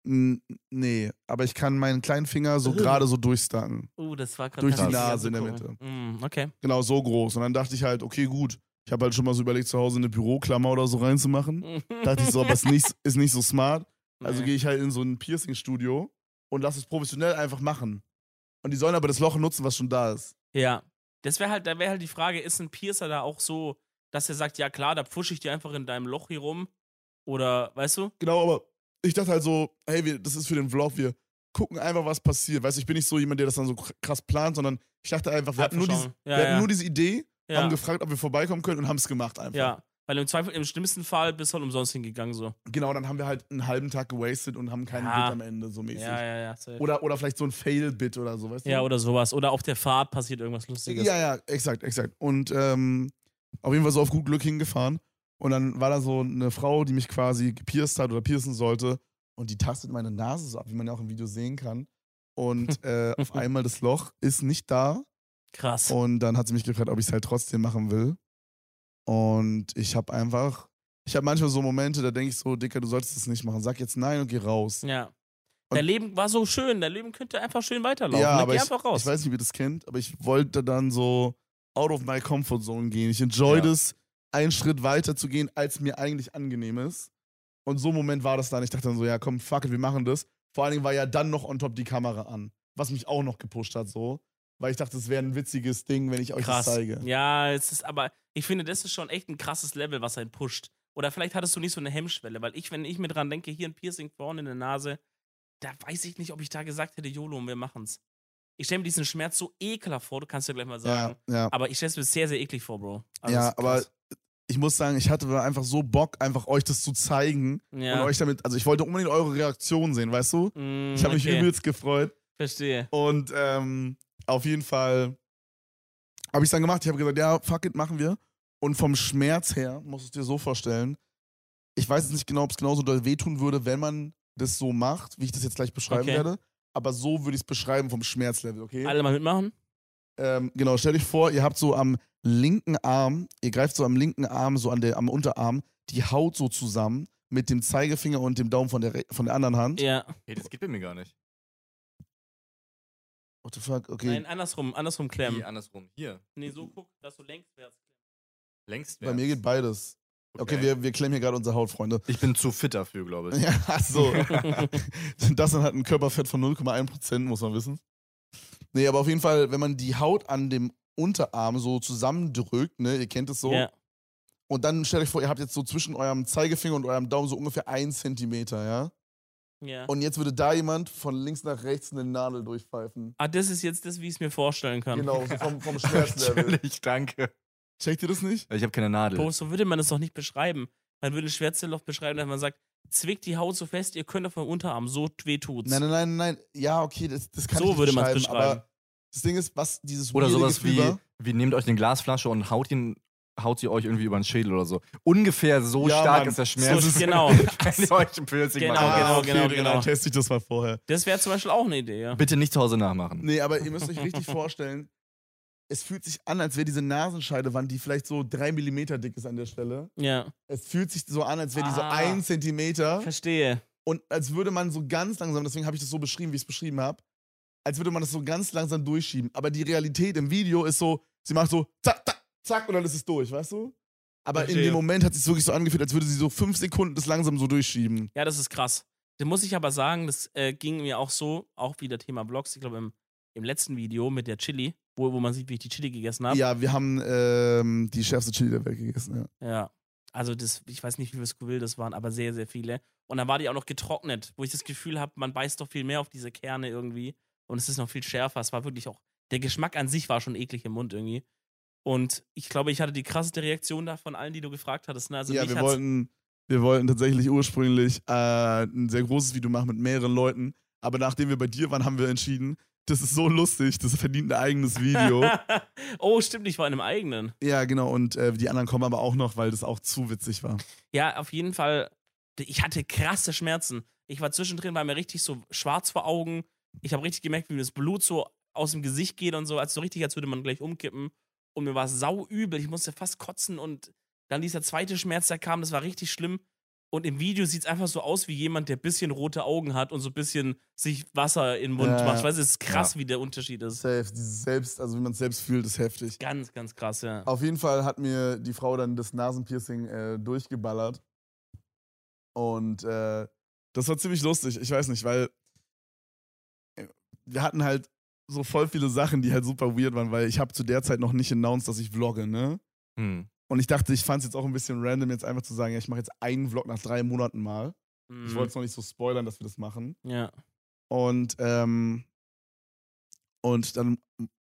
A: N nee, aber ich kann meinen kleinen Finger so
B: Irre.
A: gerade so durchstacken.
B: Uh, das war gerade
A: Durch
C: die
B: ganz
A: Nase in der
B: anzugucken. Mm, okay.
A: Genau, so groß. Und dann dachte ich halt, okay, gut. Ich habe halt schon mal so überlegt, zu Hause eine Büroklammer oder so reinzumachen. Dachte ich so, aber ist nicht, ist nicht so smart. Also gehe ich halt in so ein Piercing-Studio und lass es professionell einfach machen. Und die sollen aber das Loch nutzen, was schon da ist.
B: Ja. Das wäre halt, da wäre halt die Frage, ist ein Piercer da auch so, dass er sagt, ja klar, da pfusche ich dir einfach in deinem Loch hier rum? Oder, weißt du?
A: Genau, aber ich dachte halt so, hey, wir, das ist für den Vlog, wir gucken einfach, was passiert. Weißt du, ich bin nicht so jemand, der das dann so kr- krass plant, sondern ich dachte einfach, wir hatten nur, diese,
B: Abschauen.
A: wir
B: ja,
A: hatten
B: ja.
A: nur diese Idee,
B: ja.
A: haben gefragt, ob wir vorbeikommen können und haben es gemacht einfach.
B: ja. Weil im Zweifel, im schlimmsten Fall bist du halt umsonst hingegangen so.
A: Genau, dann haben wir halt einen halben Tag gewastet und haben keinen
B: Ja.
A: Bit am Ende, so mäßig.
B: Ja, ja, ja. safe.
A: Oder, oder vielleicht so ein Fail-Bit oder so, weißt du?
B: ja, oder sowas. Oder auf der Fahrt passiert irgendwas Lustiges.
A: Ja, ja, exakt, exakt. Und ähm, auf jeden Fall so auf gut Glück hingefahren. Und dann war da so eine Frau, die mich quasi gepierst hat oder piercen sollte. Und die tastet meine Nase so ab, wie man ja auch im Video sehen kann. Und äh, auf einmal das Loch ist nicht da.
B: Krass.
A: Und dann hat sie mich gefragt, ob ich es halt trotzdem machen will. Und ich habe einfach, ich habe manchmal so Momente, da denke ich so, Dicker, du solltest das nicht machen. Sag jetzt nein und geh raus.
B: Ja.
A: Und-
B: dein Leben war so schön, dein Leben könnte einfach schön weiterlaufen.
A: Ja,
B: ne?
A: aber
B: Geh einfach raus.
A: Ich weiß nicht, wie ihr das kennt, aber ich wollte dann so out of my comfort zone gehen. Ich enjoy
C: Ja.
A: das, einen Schritt weiter zu gehen, als mir eigentlich angenehm ist. Und so ein Moment war das dann. Ich dachte dann so, ja komm, fuck it, wir machen das. Vor allen Dingen war ja dann noch on top die Kamera an, was mich auch noch gepusht hat so. Weil ich dachte, es wäre ein witziges Ding, wenn ich euch
B: Krass.
A: das zeige.
B: Ja, es ist aber, ich finde, das ist schon echt ein krasses Level, was einen pusht. Oder vielleicht hattest du nicht so eine Hemmschwelle, weil ich, wenn ich mir dran denke, hier ein Piercing vorne in der Nase, da weiß ich nicht, ob ich da gesagt hätte, YOLO und wir machen's. Ich stelle mir diesen Schmerz so ekelhaft vor, du kannst ja gleich mal sagen.
A: Ja, ja.
B: Aber ich stelle es mir sehr, sehr eklig vor, Bro. Also,
A: ja,
B: es ist
A: aber
B: krass.
A: ich muss sagen, ich hatte einfach so Bock, einfach euch das zu zeigen und
B: Ja.
A: euch damit, also ich wollte unbedingt eure Reaktion sehen, weißt du?
B: Mm,
A: Ich habe mich
B: okay.
A: übelst gefreut.
B: Verstehe.
A: Und ähm, auf jeden Fall habe ich es dann gemacht. Ich habe gesagt, ja, fuck it, machen wir. Und vom Schmerz her, musst du es dir so vorstellen, ich weiß jetzt nicht genau, ob es genauso doll wehtun würde, wenn man das so macht, wie ich das jetzt gleich beschreiben
B: Okay.
A: werde. Aber so würde ich es beschreiben vom Schmerzlevel, okay?
B: Alle mal mitmachen?
A: Ähm, genau, stell euch vor, ihr habt so am linken Arm, ihr greift so am linken Arm, so an der, am Unterarm, die Haut so zusammen mit dem Zeigefinger und dem Daumen von der, re- von der anderen Hand.
B: Ja.
C: Hey, das geht bei mir gar nicht.
A: What the fuck, okay.
B: Nein, andersrum, andersrum klemmen.
C: Hier, andersrum. Hier.
B: Nee, so guck, dass du längs wärst.
C: Längst
A: Bei mir geht beides. Okay, wir, wir klemmen hier gerade unsere Haut, Freunde.
C: ich bin zu fit dafür, glaube ich.
A: Ja, ach so. das dann hat ein Körperfett von 0,1%, muss man wissen. Nee, aber auf jeden Fall, wenn man die Haut an dem Unterarm so zusammendrückt, ne, ihr kennt es so,
B: Ja.
A: und dann stellt euch vor, ihr habt jetzt so zwischen eurem Zeigefinger und eurem Daumen so ungefähr einen Zentimeter, ja?
B: ja.
A: Und jetzt würde da jemand von links nach rechts eine Nadel durchpfeifen.
B: ah, das ist jetzt das, wie ich es mir vorstellen kann.
A: Genau, so vom, vom Schmerzlevel.
C: Natürlich, danke.
A: Checkt ihr das nicht?
C: Ich habe keine Nadel.
B: Bro, so würde man das doch nicht beschreiben. Man würde Schwärzeleloch beschreiben, dass man sagt, zwickt die Haut so fest, ihr könnt auf meinem Unterarm, so weh tut's.
A: Nein, nein, nein, nein. Ja, okay, das, das kann
B: So
A: ich
B: würde
A: nicht
B: man's
A: beschreiben,
B: beschreiben.
A: Aber das Ding ist, was dieses
C: Oder
A: weirde
C: sowas
A: Gefühl
C: wie,
A: war-
C: wie nehmt euch eine Glasflasche und haut, ihn, haut sie euch irgendwie über den Schädel oder so. Ungefähr so
A: Ja,
C: stark
A: Mann.
C: ist der
B: So,
C: Schmerz,
B: genau.
C: wenn ihr euch ein Piercing
B: Genau,
C: macht.
B: genau.
A: Dann Ah, teste ich das mal vorher.
B: Das wäre zum Beispiel auch eine Idee, ja.
C: Bitte nicht zu Hause nachmachen.
A: Nee, aber ihr müsst euch richtig vorstellen, es fühlt sich an, als wäre diese Nasenscheidewand, die vielleicht so drei Millimeter dick ist an der Stelle.
B: Ja,
A: Es fühlt sich so an, als wäre die so
B: Ah.
A: ein Zentimeter
B: verstehe.
A: und als würde man so ganz langsam, deswegen habe ich das so beschrieben, wie ich es beschrieben habe, als würde man das so ganz langsam durchschieben. Aber die Realität im Video ist so, sie macht so zack, zack, zack und dann ist es durch, weißt du? Aber in
B: Verstehe.
A: dem Moment hat es sich wirklich so angefühlt, als würde sie so fünf Sekunden das langsam so durchschieben.
B: Ja, das ist krass. Da muss ich aber sagen, das äh, ging mir auch so, auch wieder Thema Vlogs, ich glaube im, im letzten Video mit der Chili, wo, wo man sieht, wie ich die Chili gegessen habe.
A: Ja, wir haben ähm, die schärfste Chili der Welt gegessen, ja.
B: Ja. Also das, ich weiß nicht, wie viele Scoville das waren, aber sehr, sehr viele. Und dann war die auch noch getrocknet, wo ich das Gefühl habe, man beißt doch viel mehr auf diese Kerne irgendwie. Und es ist noch viel schärfer. Es war wirklich auch, der Geschmack an sich war schon eklig im Mund irgendwie. Und ich glaube, ich hatte die krasseste Reaktion da von allen, die du gefragt hattest. Ne? Also
A: ja,
B: mich
A: wir
B: hat's-
A: wollten, wir wollten tatsächlich ursprünglich äh, ein sehr großes Video machen mit mehreren Leuten. Aber nachdem wir bei dir waren, haben wir entschieden, das ist so lustig, das verdient ein eigenes Video.
B: oh, stimmt, ich war in einem eigenen.
A: ja, genau. Und äh, die anderen kommen aber auch noch, weil das auch zu witzig war.
B: Ja, auf jeden Fall. Ich hatte krasse Schmerzen. Ich war zwischendrin, war mir richtig so schwarz vor Augen. Ich habe richtig gemerkt, wie mir das Blut so aus dem Gesicht geht und so. Also so richtig, als würde man gleich umkippen. Und mir war es sauübel. Ich musste fast kotzen. Und dann dieser zweite Schmerz, der kam, das war richtig schlimm. Und im Video sieht es einfach so aus wie jemand, der ein bisschen rote Augen hat und so ein bisschen sich Wasser in den Mund
A: Ja.
B: macht. Ich weiß, es ist krass, wie der Unterschied ist.
A: Safe, dieses Selbst, also wie man es selbst fühlt, ist heftig.
B: Ganz, ganz krass, ja.
A: Auf jeden Fall hat mir die Frau dann das Nasenpiercing äh, durchgeballert. Und äh, das war ziemlich lustig. Ich weiß nicht, weil äh, wir hatten halt so voll viele Sachen, die halt super weird waren, weil ich habe zu der Zeit noch nicht announced, dass ich vlogge, ne?
C: Hm.
A: Und ich dachte, ich fand es jetzt auch ein bisschen random, jetzt einfach zu sagen, ja, ich mache jetzt einen Vlog nach drei Monaten mal. Ich
B: Mhm.
A: wollte es noch nicht so spoilern, dass wir das machen.
B: Mm, Ja.
A: Und, ähm, und dann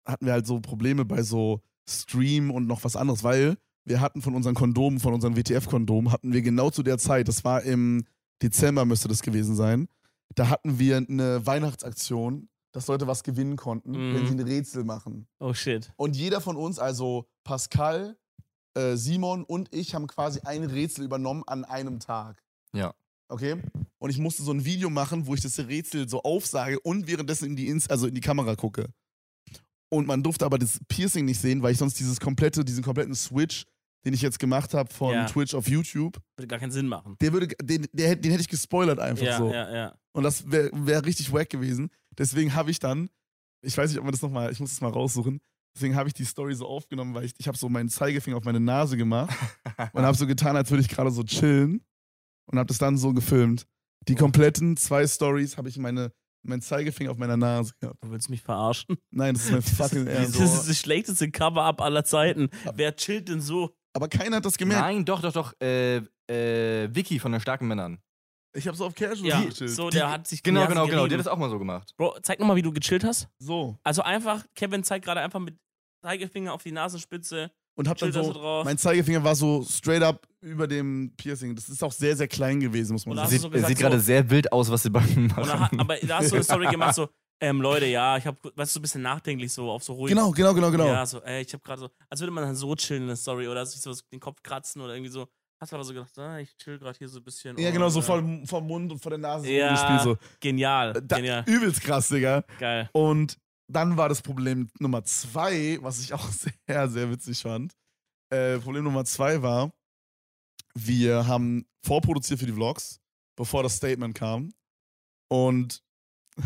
A: hatten wir halt so Probleme bei so Stream und noch was anderes, weil wir hatten von unseren Kondomen, von unseren WTF-Kondomen, hatten wir genau zu der Zeit, das war im Dezember müsste das gewesen sein, da hatten wir eine Weihnachtsaktion, dass Leute was gewinnen konnten,
B: Mhm.
A: wenn sie ein Rätsel machen.
B: Oh shit.
A: Und jeder von uns, also Pascal, äh, Simon und ich, haben quasi ein Rätsel übernommen an einem Tag.
C: Ja.
A: Okay? Und ich musste so ein Video machen, wo ich das Rätsel so aufsage und währenddessen in die, Ins also in die Kamera gucke. Und man durfte aber das Piercing nicht sehen, weil ich sonst dieses komplette, diesen kompletten Switch, den ich jetzt gemacht habe von
B: Ja.
A: Twitch auf YouTube,
B: Würde gar keinen Sinn machen.
A: der würde, den, der, hätte- den hätte ich gespoilert einfach
B: Ja,
A: so.
B: ja, ja.
A: Und das wäre wär richtig wack gewesen. Deswegen habe ich dann, ich weiß nicht, ob man das nochmal, ich muss das mal raussuchen. Deswegen habe ich die Story so aufgenommen, weil ich, ich habe so meinen Zeigefinger auf meine Nase gemacht und habe so getan, als würde ich gerade so chillen und habe das dann so gefilmt. Die kompletten zwei Stories habe ich meine, meinen Zeigefinger auf meiner Nase gehabt.
B: Du willst mich verarschen?
A: Nein, das ist mein fucking Ernst.
B: Das ist das schlechteste Cover-Up aller Zeiten. Wer chillt denn so?
A: Aber keiner hat das gemerkt.
C: Nein, doch, doch, doch. Äh, äh, Vicky von den starken Männern.
A: Ich habe so auf Casual
B: Ja,
A: gechillt.
B: so,
A: Die-
B: der hat sich
C: Genau,
B: die hat
C: genau,
B: sich
C: genau. Die hat
B: gerieben.
C: das auch mal so gemacht.
B: Bro, zeig nochmal, wie du gechillt hast.
A: so.
B: Also einfach, Kevin zeigt gerade einfach mit Zeigefinger auf die Nasenspitze,
A: Und habe dann
B: chillt da so
A: so,
B: drauf.
A: mein Zeigefinger war so straight up über dem Piercing. Das ist auch sehr, sehr klein gewesen, muss man
B: Oder
A: sagen.
B: hast
C: Sieht,
B: du so gesagt,
C: sieht gerade
B: so-
C: sehr wild aus, was sie bei mir
B: Und da,
C: machen.
B: aber da hast du eine Story gemacht, so, ähm, Leute, ja, ich hab, weißt du, so ein bisschen nachdenklich, so auf so ruhig.
A: Genau, genau, genau, genau.
B: Ja, so, ey, ich hab gerade so, als würde man dann so chillen in der Story oder sich so den Kopf kratzen oder irgendwie so. Hast aber so gedacht, ah, ich chill gerade hier so ein bisschen.
A: Ja,
B: oh,
A: genau, so
B: äh,
A: vom, vom Mund und von der Nase
B: Ja.
A: gespielt. So.
B: Genial,
A: Da,
B: genial,
A: Übelst krass, Digga.
B: geil.
A: Und dann war das Problem Nummer zwei, was ich auch sehr, sehr witzig fand. Äh, Problem Nummer zwei war, wir haben vorproduziert für die Vlogs, bevor das Statement kam. Und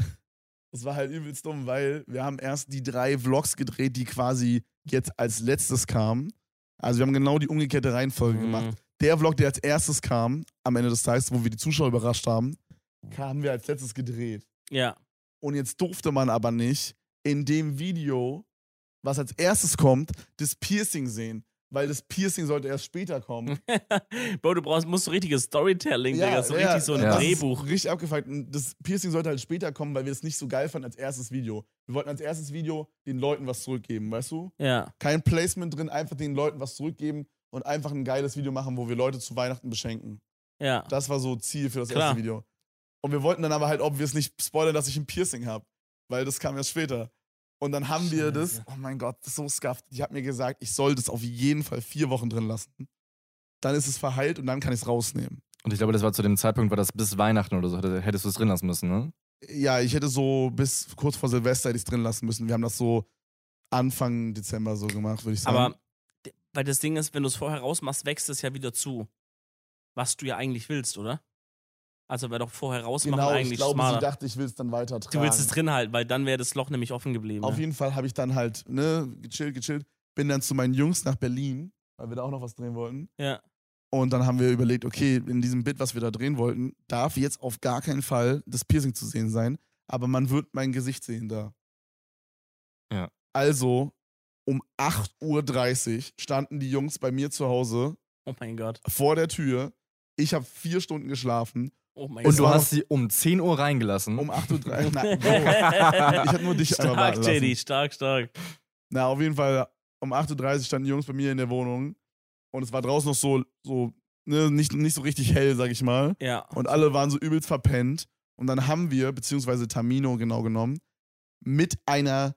A: das war halt übelst dumm, weil wir haben erst die drei Vlogs gedreht, die quasi jetzt als letztes kamen. Also wir haben genau die umgekehrte Reihenfolge gemacht
B: Mhm.
A: der Vlog, der als erstes kam, am Ende des Tages, wo wir die Zuschauer überrascht haben, haben wir als letztes gedreht.
B: Ja,
A: Und jetzt durfte man aber nicht in dem Video, was als erstes kommt, das Piercing sehen. Weil das Piercing sollte erst später kommen.
B: Bro, du brauchst, musst so richtiges Storytelling, Digga. So richtig so ein
A: das ist
B: Drehbuch.
A: Richtig abgefuckt. Und das Piercing sollte halt später kommen, weil wir es nicht so geil fanden als erstes Video. Wir wollten als erstes Video den Leuten was zurückgeben, weißt du?
B: Ja.
A: Kein Placement drin, einfach den Leuten was zurückgeben und einfach ein geiles Video machen, wo wir Leute zu Weihnachten beschenken.
B: Ja.
A: Das war so Ziel für das
B: Klar.
A: erste Video. Und wir wollten dann aber halt, ob wir es nicht spoilern, dass ich ein Piercing habe. Weil das kam erst später. Und dann haben wir das,
B: Scheiße.
A: oh mein Gott, das ist so scuffed. Ich habe mir gesagt, ich soll das auf jeden Fall vier Wochen drin lassen. Dann ist es verheilt und dann kann ich es rausnehmen.
C: Und ich glaube, das war zu dem Zeitpunkt, war das bis Weihnachten oder so. hätte- Hättest du es drin lassen müssen, ne?
A: Ja, ich hätte so bis kurz vor Silvester hätte ich es drin lassen müssen. Wir haben das so Anfang Dezember so gemacht, würde ich sagen.
B: Aber, d- weil das Ding ist, wenn du es vorher rausmachst, wächst es ja wieder zu. Was du ja eigentlich willst, oder? Also wäre doch vorher rausmachen
A: genau, ich
B: eigentlich
A: glaube, sie
B: smarter.
A: dachte, ich will es dann weiter tragen.
B: Du willst es ne? drin halten, weil dann wäre das Loch nämlich offen geblieben.
A: Auf
B: ja.
A: jeden Fall habe ich dann halt, ne, gechillt, gechillt. Bin dann zu meinen Jungs nach Berlin, weil wir da auch noch was drehen wollten.
B: ja.
A: Und dann haben wir überlegt, okay, in diesem Bit, was wir da drehen wollten, darf jetzt auf gar keinen Fall das Piercing zu sehen sein, aber man wird mein Gesicht sehen da.
C: Ja.
A: Also um 8.30 Uhr standen die Jungs bei mir zu Hause
B: Oh mein Gott.
A: vor der Tür. Ich habe vier Stunden geschlafen.
B: Oh mein
C: Und
A: Es
C: du
A: war-
C: hast sie um 10 Uhr reingelassen.
A: Um 8.30 Uhr. Nein, Bro.
B: Gott.
A: Ich habe nur dich einmal warten
B: stark,
A: lassen.
B: JD, stark, stark.
A: Na, auf jeden Fall, um 8.30 Uhr standen die Jungs bei mir in der Wohnung. Und es war draußen noch so, so ne, nicht, nicht so richtig hell, sag ich mal.
B: Ja.
A: Und alle waren so übelst verpennt. Und dann haben wir, beziehungsweise Tamino genau genommen, mit einer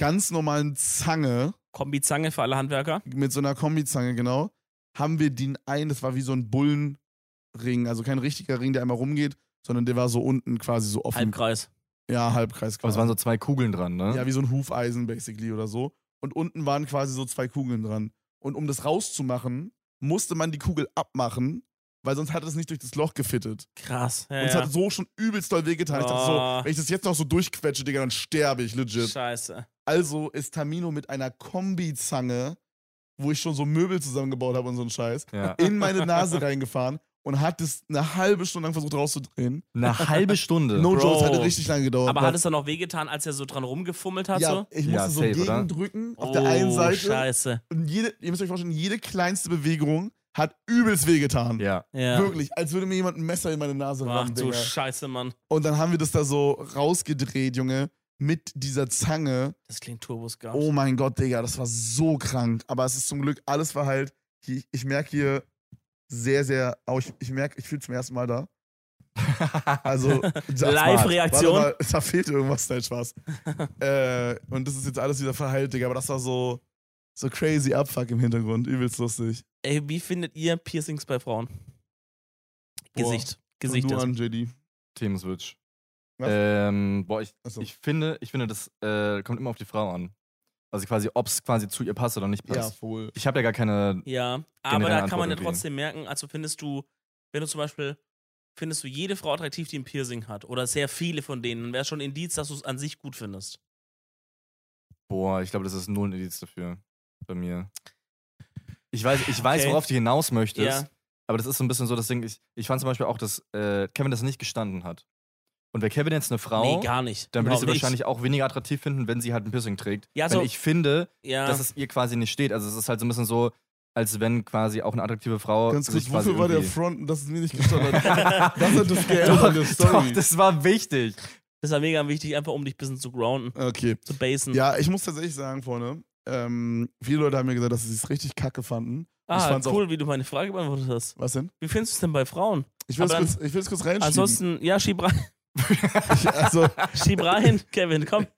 A: ganz normalen Zange,
B: Kombizange für alle Handwerker.
A: mit so einer Kombizange, genau, haben wir den einen, das war wie so ein Bullenring, also kein richtiger Ring, der einmal rumgeht, sondern der war so unten quasi so offen.
B: Halbkreis.
A: Ja, Halbkreis
C: Aber es
A: quasi.
C: waren so zwei Kugeln dran, ne?
A: Ja, wie so ein Hufeisen basically oder so. Und unten waren quasi so zwei Kugeln dran. Und um das rauszumachen, musste man die Kugel abmachen, weil sonst hat es nicht durch das Loch gefittet.
B: Krass. Ja,
A: Und es
B: ja.
A: hat so schon übelst doll wehgetan. Ich dachte
B: Ah.
A: so, wenn ich das jetzt noch so durchquetsche, Digga, dann sterbe ich legit.
B: Scheiße.
A: Also ist Tamino mit einer Kombizange, wo ich schon so Möbel zusammengebaut habe und so einen Scheiß,
C: Ja.
A: in meine Nase reingefahren und hat es eine halbe Stunde lang versucht rauszudrehen.
C: Eine halbe Stunde.
A: No
B: Bro.
A: Joke, es hat richtig lange gedauert.
B: Aber hat es dann auch wehgetan, als er so dran rumgefummelt hat?
A: ja,
B: so?
A: ich musste
C: Ja,
A: so
C: safe, oder?
A: gegendrücken auf
B: oh,
A: der einen Seite.
B: Scheiße.
A: Und jede, ihr müsst euch vorstellen, jede kleinste Bewegung hat übelst wehgetan.
C: Ja.
B: Ja.
A: Wirklich, als würde mir jemand ein Messer in meine Nase
B: Ach
A: rammen,
B: du
A: Digga.
B: Scheiße, Mann.
A: Und dann haben wir das da so rausgedreht, Junge, mit dieser Zange.
B: Das klingt turboskarp.
A: Oh mein Gott, Digga, das war so krank. Aber es ist zum Glück alles verheilt. Ich, ich merke hier sehr, sehr. Oh, ich, ich merke, ich fühle zum ersten Mal da. Also,
B: Live-Reaktion.
A: Warte mal, Da fehlt irgendwas, nein, Spaß. äh, und das ist jetzt alles wieder verheilt, Digga. Aber das war so, so crazy Abfuck im Hintergrund. Übelst lustig.
B: Ey, wie findet ihr Piercings bei Frauen?
A: Boah.
B: Gesicht.
A: Komm
B: Gesicht.
A: Du an, JD.
C: Themenswitch.
A: Was?
C: Ähm, boah, ich,
A: Achso.
C: ich finde, ich finde, das äh, kommt immer auf die Frau an. Also quasi, ob es quasi zu ihr passt oder nicht
A: ja,
C: passt.
A: voll.
C: Ich habe ja gar keine.
B: Ja, aber
C: Generelle
B: da kann man
C: Antwort
B: ja
C: irgendwie.
B: trotzdem merken, also findest du, wenn du zum Beispiel, findest du jede Frau attraktiv, die ein Piercing hat oder sehr viele von denen, dann wäre schon ein Indiz, dass du es an sich gut findest.
C: Boah, ich glaube, das ist null ein Indiz dafür. Bei mir. Ich weiß, ich weiß
B: Okay.
C: worauf du hinaus möchtest,
B: Ja.
C: aber das ist so ein bisschen so das Ding. Ich, ich fand zum Beispiel auch, dass äh, Kevin das nicht gestanden hat. Und wäre Kevin jetzt eine Frau,
B: Nee, gar nicht.
C: dann würde ich sie
B: Überhaupt nicht.
C: wahrscheinlich auch weniger attraktiv finden, wenn sie halt ein Piercing trägt.
B: Ja,
C: wenn
B: so-
C: ich finde,
B: Ja,
C: dass es ihr quasi nicht steht. Also es ist halt so ein bisschen so, als wenn quasi auch eine attraktive Frau.
A: Ganz kurz,
C: Oh, sich quasi
A: wofür war der
C: irgendwie-
A: Front, dass es mir nicht gestanden hat? Das hat das geändert in der
C: Doch,
A: Story.
C: das war wichtig.
B: das war mega wichtig, einfach um dich ein bisschen zu grounden,
A: okay.
B: zu basen.
A: Ja, ich muss tatsächlich sagen, vorne, ähm, viele Leute haben mir gesagt, dass sie es richtig kacke fanden. ich
B: ah,
A: fand's auch-
B: cool, wie du meine Frage beantwortet hast.
A: Was denn?
B: Wie findest du es denn bei Frauen?
A: Ich will es
B: Aber
A: kurz, ich will's kurz reinschieben.
B: Ansonsten, ja, schieb rein,
A: Ich, also,
B: schieb rein Kevin, komm,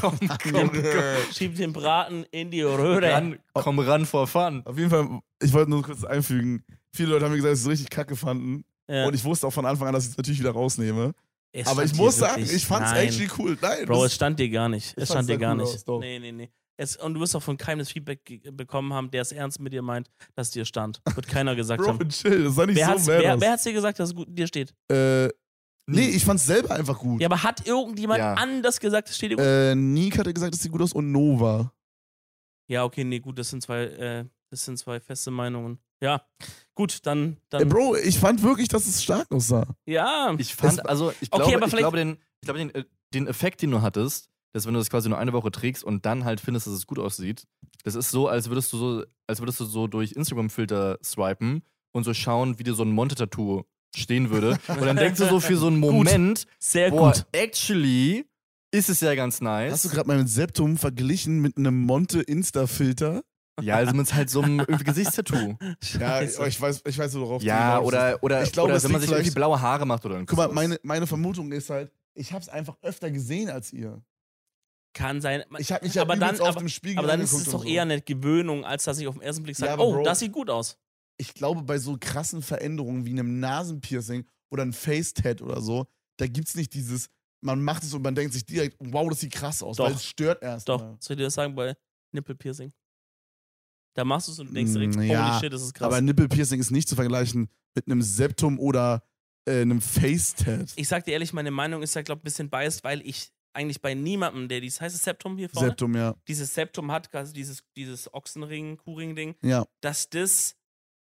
C: Komm, komm,
A: Junge.
B: schieb den Braten in die Röhre.
C: ran, komm ran for fun.
A: auf jeden Fall, ich wollte nur kurz einfügen. Viele Leute haben mir gesagt, dass sie es richtig kacke fanden.
B: ja.
A: Und ich wusste auch von Anfang an, dass ich es natürlich wieder rausnehme.
B: Es
A: Aber ich
B: stand
A: muss
B: hier
A: sagen,
B: wirklich-
A: ich fand es
B: Nein.
A: actually cool. Nein,
B: Bro, es
A: das,
B: stand dir gar nicht. Es
A: fand's
B: stand dir
A: sehr
B: gar
A: cool
B: nicht.
A: aus, doch.
B: nee, nee, nee. Es, und du wirst auch von keinem das Feedback ge- bekommen haben, der es ernst mit dir meint, dass es dir stand. Wird keiner gesagt
A: Bro,
B: haben.
A: chill, das war nicht
B: Wer
A: so
B: hat's, wer,
A: badass.
B: wer hat's dir gesagt, dass es gut dir steht?
A: äh, nee, ich fand es selber einfach gut.
B: Ja, aber hat irgendjemand
C: Ja.
B: anders gesagt, es steht dir gut?
A: Äh, Nick hatte gesagt, es sieht gut aus und Nova. Äh.
B: Ja, okay, nee, gut, das sind zwei, äh, das sind zwei feste Meinungen. Ja, gut, dann,
A: Äh,
B: dann
A: Bro, ich fand wirklich, dass es stark aussah.
B: ja.
C: Ich fand, also ich glaube,
B: aber
C: ich
B: vielleicht-
C: glaube, den, ich glaube den, äh, den Effekt, den du hattest, dass wenn du das quasi nur eine Woche trägst und dann halt findest, dass es gut aussieht, das ist so, als würdest du so, als würdest du so durch Instagram-Filter swipen und so schauen, wie dir so ein Monte-Tattoo stehen würde. Und dann denkst du so für so einen Moment,
B: Sehr
C: Boah,
B: gut.
C: actually ist es ja ganz nice.
A: Äh, Hast du gerade mein Septum verglichen mit einem Monte Insta-Filter?
C: ja, also mit halt so einem irgendwie Gesichtstattoo.
A: Ja,
B: Scheiße.
A: ich weiß, ich weiß worauf
C: ja,
A: du hinaus willst.
C: oder, oder,
A: Ich glaube,
C: oder
A: es
C: wenn man
A: liegt
C: sich irgendwie
A: vielleicht-
C: blaue Haare macht oder
A: Guck mal, meine, meine Vermutung ist halt, ich hab's einfach öfter gesehen als ihr.
B: Kann sein.
A: Ich hab mich ja
B: aber dann,
A: übelst auf
B: aber,
A: dem Spiegel
B: aber dann ist
A: angeguckt
B: es
A: und
B: doch
A: so.
B: eher ne- eine Gewöhnung, als dass ich auf den ersten Blick
A: Ja,
B: sage,
A: aber
B: oh,
A: Bro-
B: das sieht gut aus.
A: Ich glaube, bei so krassen Veränderungen wie einem Nasenpiercing oder einem Face-Tat oder so, da gibt's nicht dieses, man macht es und man denkt sich direkt, wow, das sieht krass aus,
B: Doch.
A: weil es stört erst.
B: Doch,
A: mal.
B: soll ich dir das sagen bei Nippelpiercing? Da machst du es und du denkst direkt,
A: Mm,
B: holy
A: ja,
B: shit, das ist krass.
A: Aber Nippelpiercing ist nicht zu vergleichen mit einem Septum oder äh, einem Face-Tat.
B: ich sag dir ehrlich, meine Meinung ist da, glaube ich, ein bisschen biased, weil ich eigentlich bei niemandem, der dieses heiße Septum hier vorne,
A: Septum, ja.
B: dieses Septum hat, also dieses, dieses Ochsenring, Kuhring-Ding,
A: Ja,
B: dass das,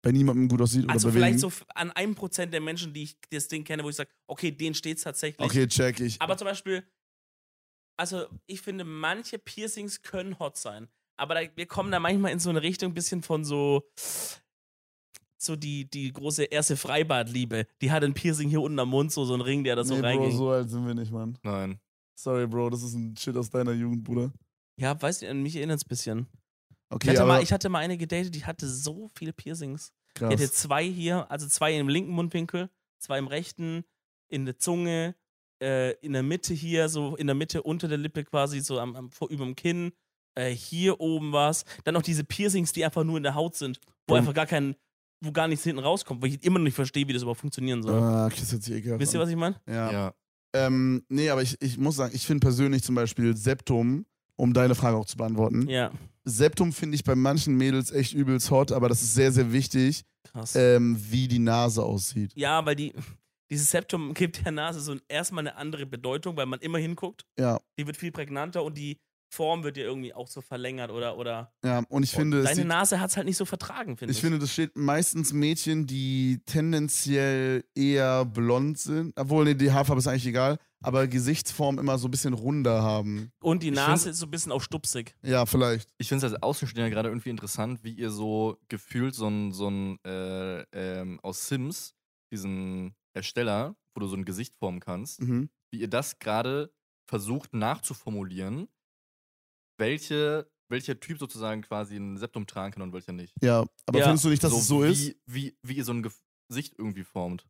A: bei niemandem gut aussieht
B: also
A: oder bei
B: vielleicht
A: wenigen.
B: so f- an einem Prozent der Menschen, die ich das Ding kenne, wo ich sage, okay, denen steht's tatsächlich.
A: Okay, check ich.
B: Aber zum Beispiel, also ich finde, manche Piercings können hot sein. Aber da, wir kommen da manchmal in so eine Richtung ein bisschen von so. So die, die große erste Freibadliebe. Die hat ein Piercing hier unten am Mund, so, so ein Ring, der da so
A: nee, Bro,
B: reinging.
A: so alt sind wir nicht, Mann.
C: Nein.
A: Sorry, Bro, das ist ein Shit aus deiner Jugend, Bruder.
B: Ja, weiß nicht, an mich erinnert es ein bisschen. Ich
A: Okay,
B: hatte,
A: aber
B: mal, ich hatte mal eine gedatet, die hatte so viele Piercings. Die hatte
A: krass.
B: zwei hier, also zwei im linken Mundwinkel, zwei im rechten, in der Zunge, äh, in der Mitte hier, so in der Mitte unter der Lippe quasi, so am, am, vor, über dem Kinn, äh, hier oben was. Dann noch diese Piercings, die einfach nur in der Haut sind, wo
C: Boom.
B: einfach gar kein, wo gar nichts hinten rauskommt, weil ich immer noch nicht verstehe, wie das überhaupt funktionieren soll.
A: Ah, das hört sich ekelhaft
B: Wisst ihr,
A: an.
B: was ich meine?
A: Ja.
C: Ja.
A: Ähm, nee, aber ich, ich muss sagen, ich finde persönlich zum Beispiel Septum, um deine Frage auch zu beantworten.
B: Ja,
A: Septum finde ich bei manchen Mädels echt übelst hot, aber das ist sehr, sehr wichtig,
B: krass.
A: ähm, wie die Nase aussieht.
B: Ja, weil die, dieses Septum gibt der Nase so erstmal eine andere Bedeutung, weil man immer hinguckt.
A: Ja.
B: Die wird viel prägnanter und die Form wird ja irgendwie auch so verlängert oder. oder
A: Ja, und ich finde, es
B: Deine
A: sieht,
B: Nase hat es halt nicht so vertragen, finde ich.
A: ich finde, das steht meistens Mädchen, die tendenziell eher blond sind, obwohl nee, die Haarfarbe ist eigentlich egal, aber Gesichtsform immer so ein bisschen runder haben.
B: und die
C: ich
B: Nase
C: find-
B: ist so ein bisschen auch stupsig.
A: Ja, vielleicht.
C: Ich finde es als Außenstehender gerade irgendwie interessant, wie ihr so gefühlt so ein, so ein äh, ähm, aus Sims, diesen Ersteller, wo du so ein Gesicht formen kannst,
A: Mhm.
C: wie ihr das gerade versucht nachzuformulieren, welche, welcher Typ sozusagen quasi ein Septum tragen kann und welcher nicht.
A: Ja, aber
B: Ja,
A: findest du nicht, dass es so
C: wie,
A: ist?
C: Wie, wie ihr so ein Gesicht irgendwie formt.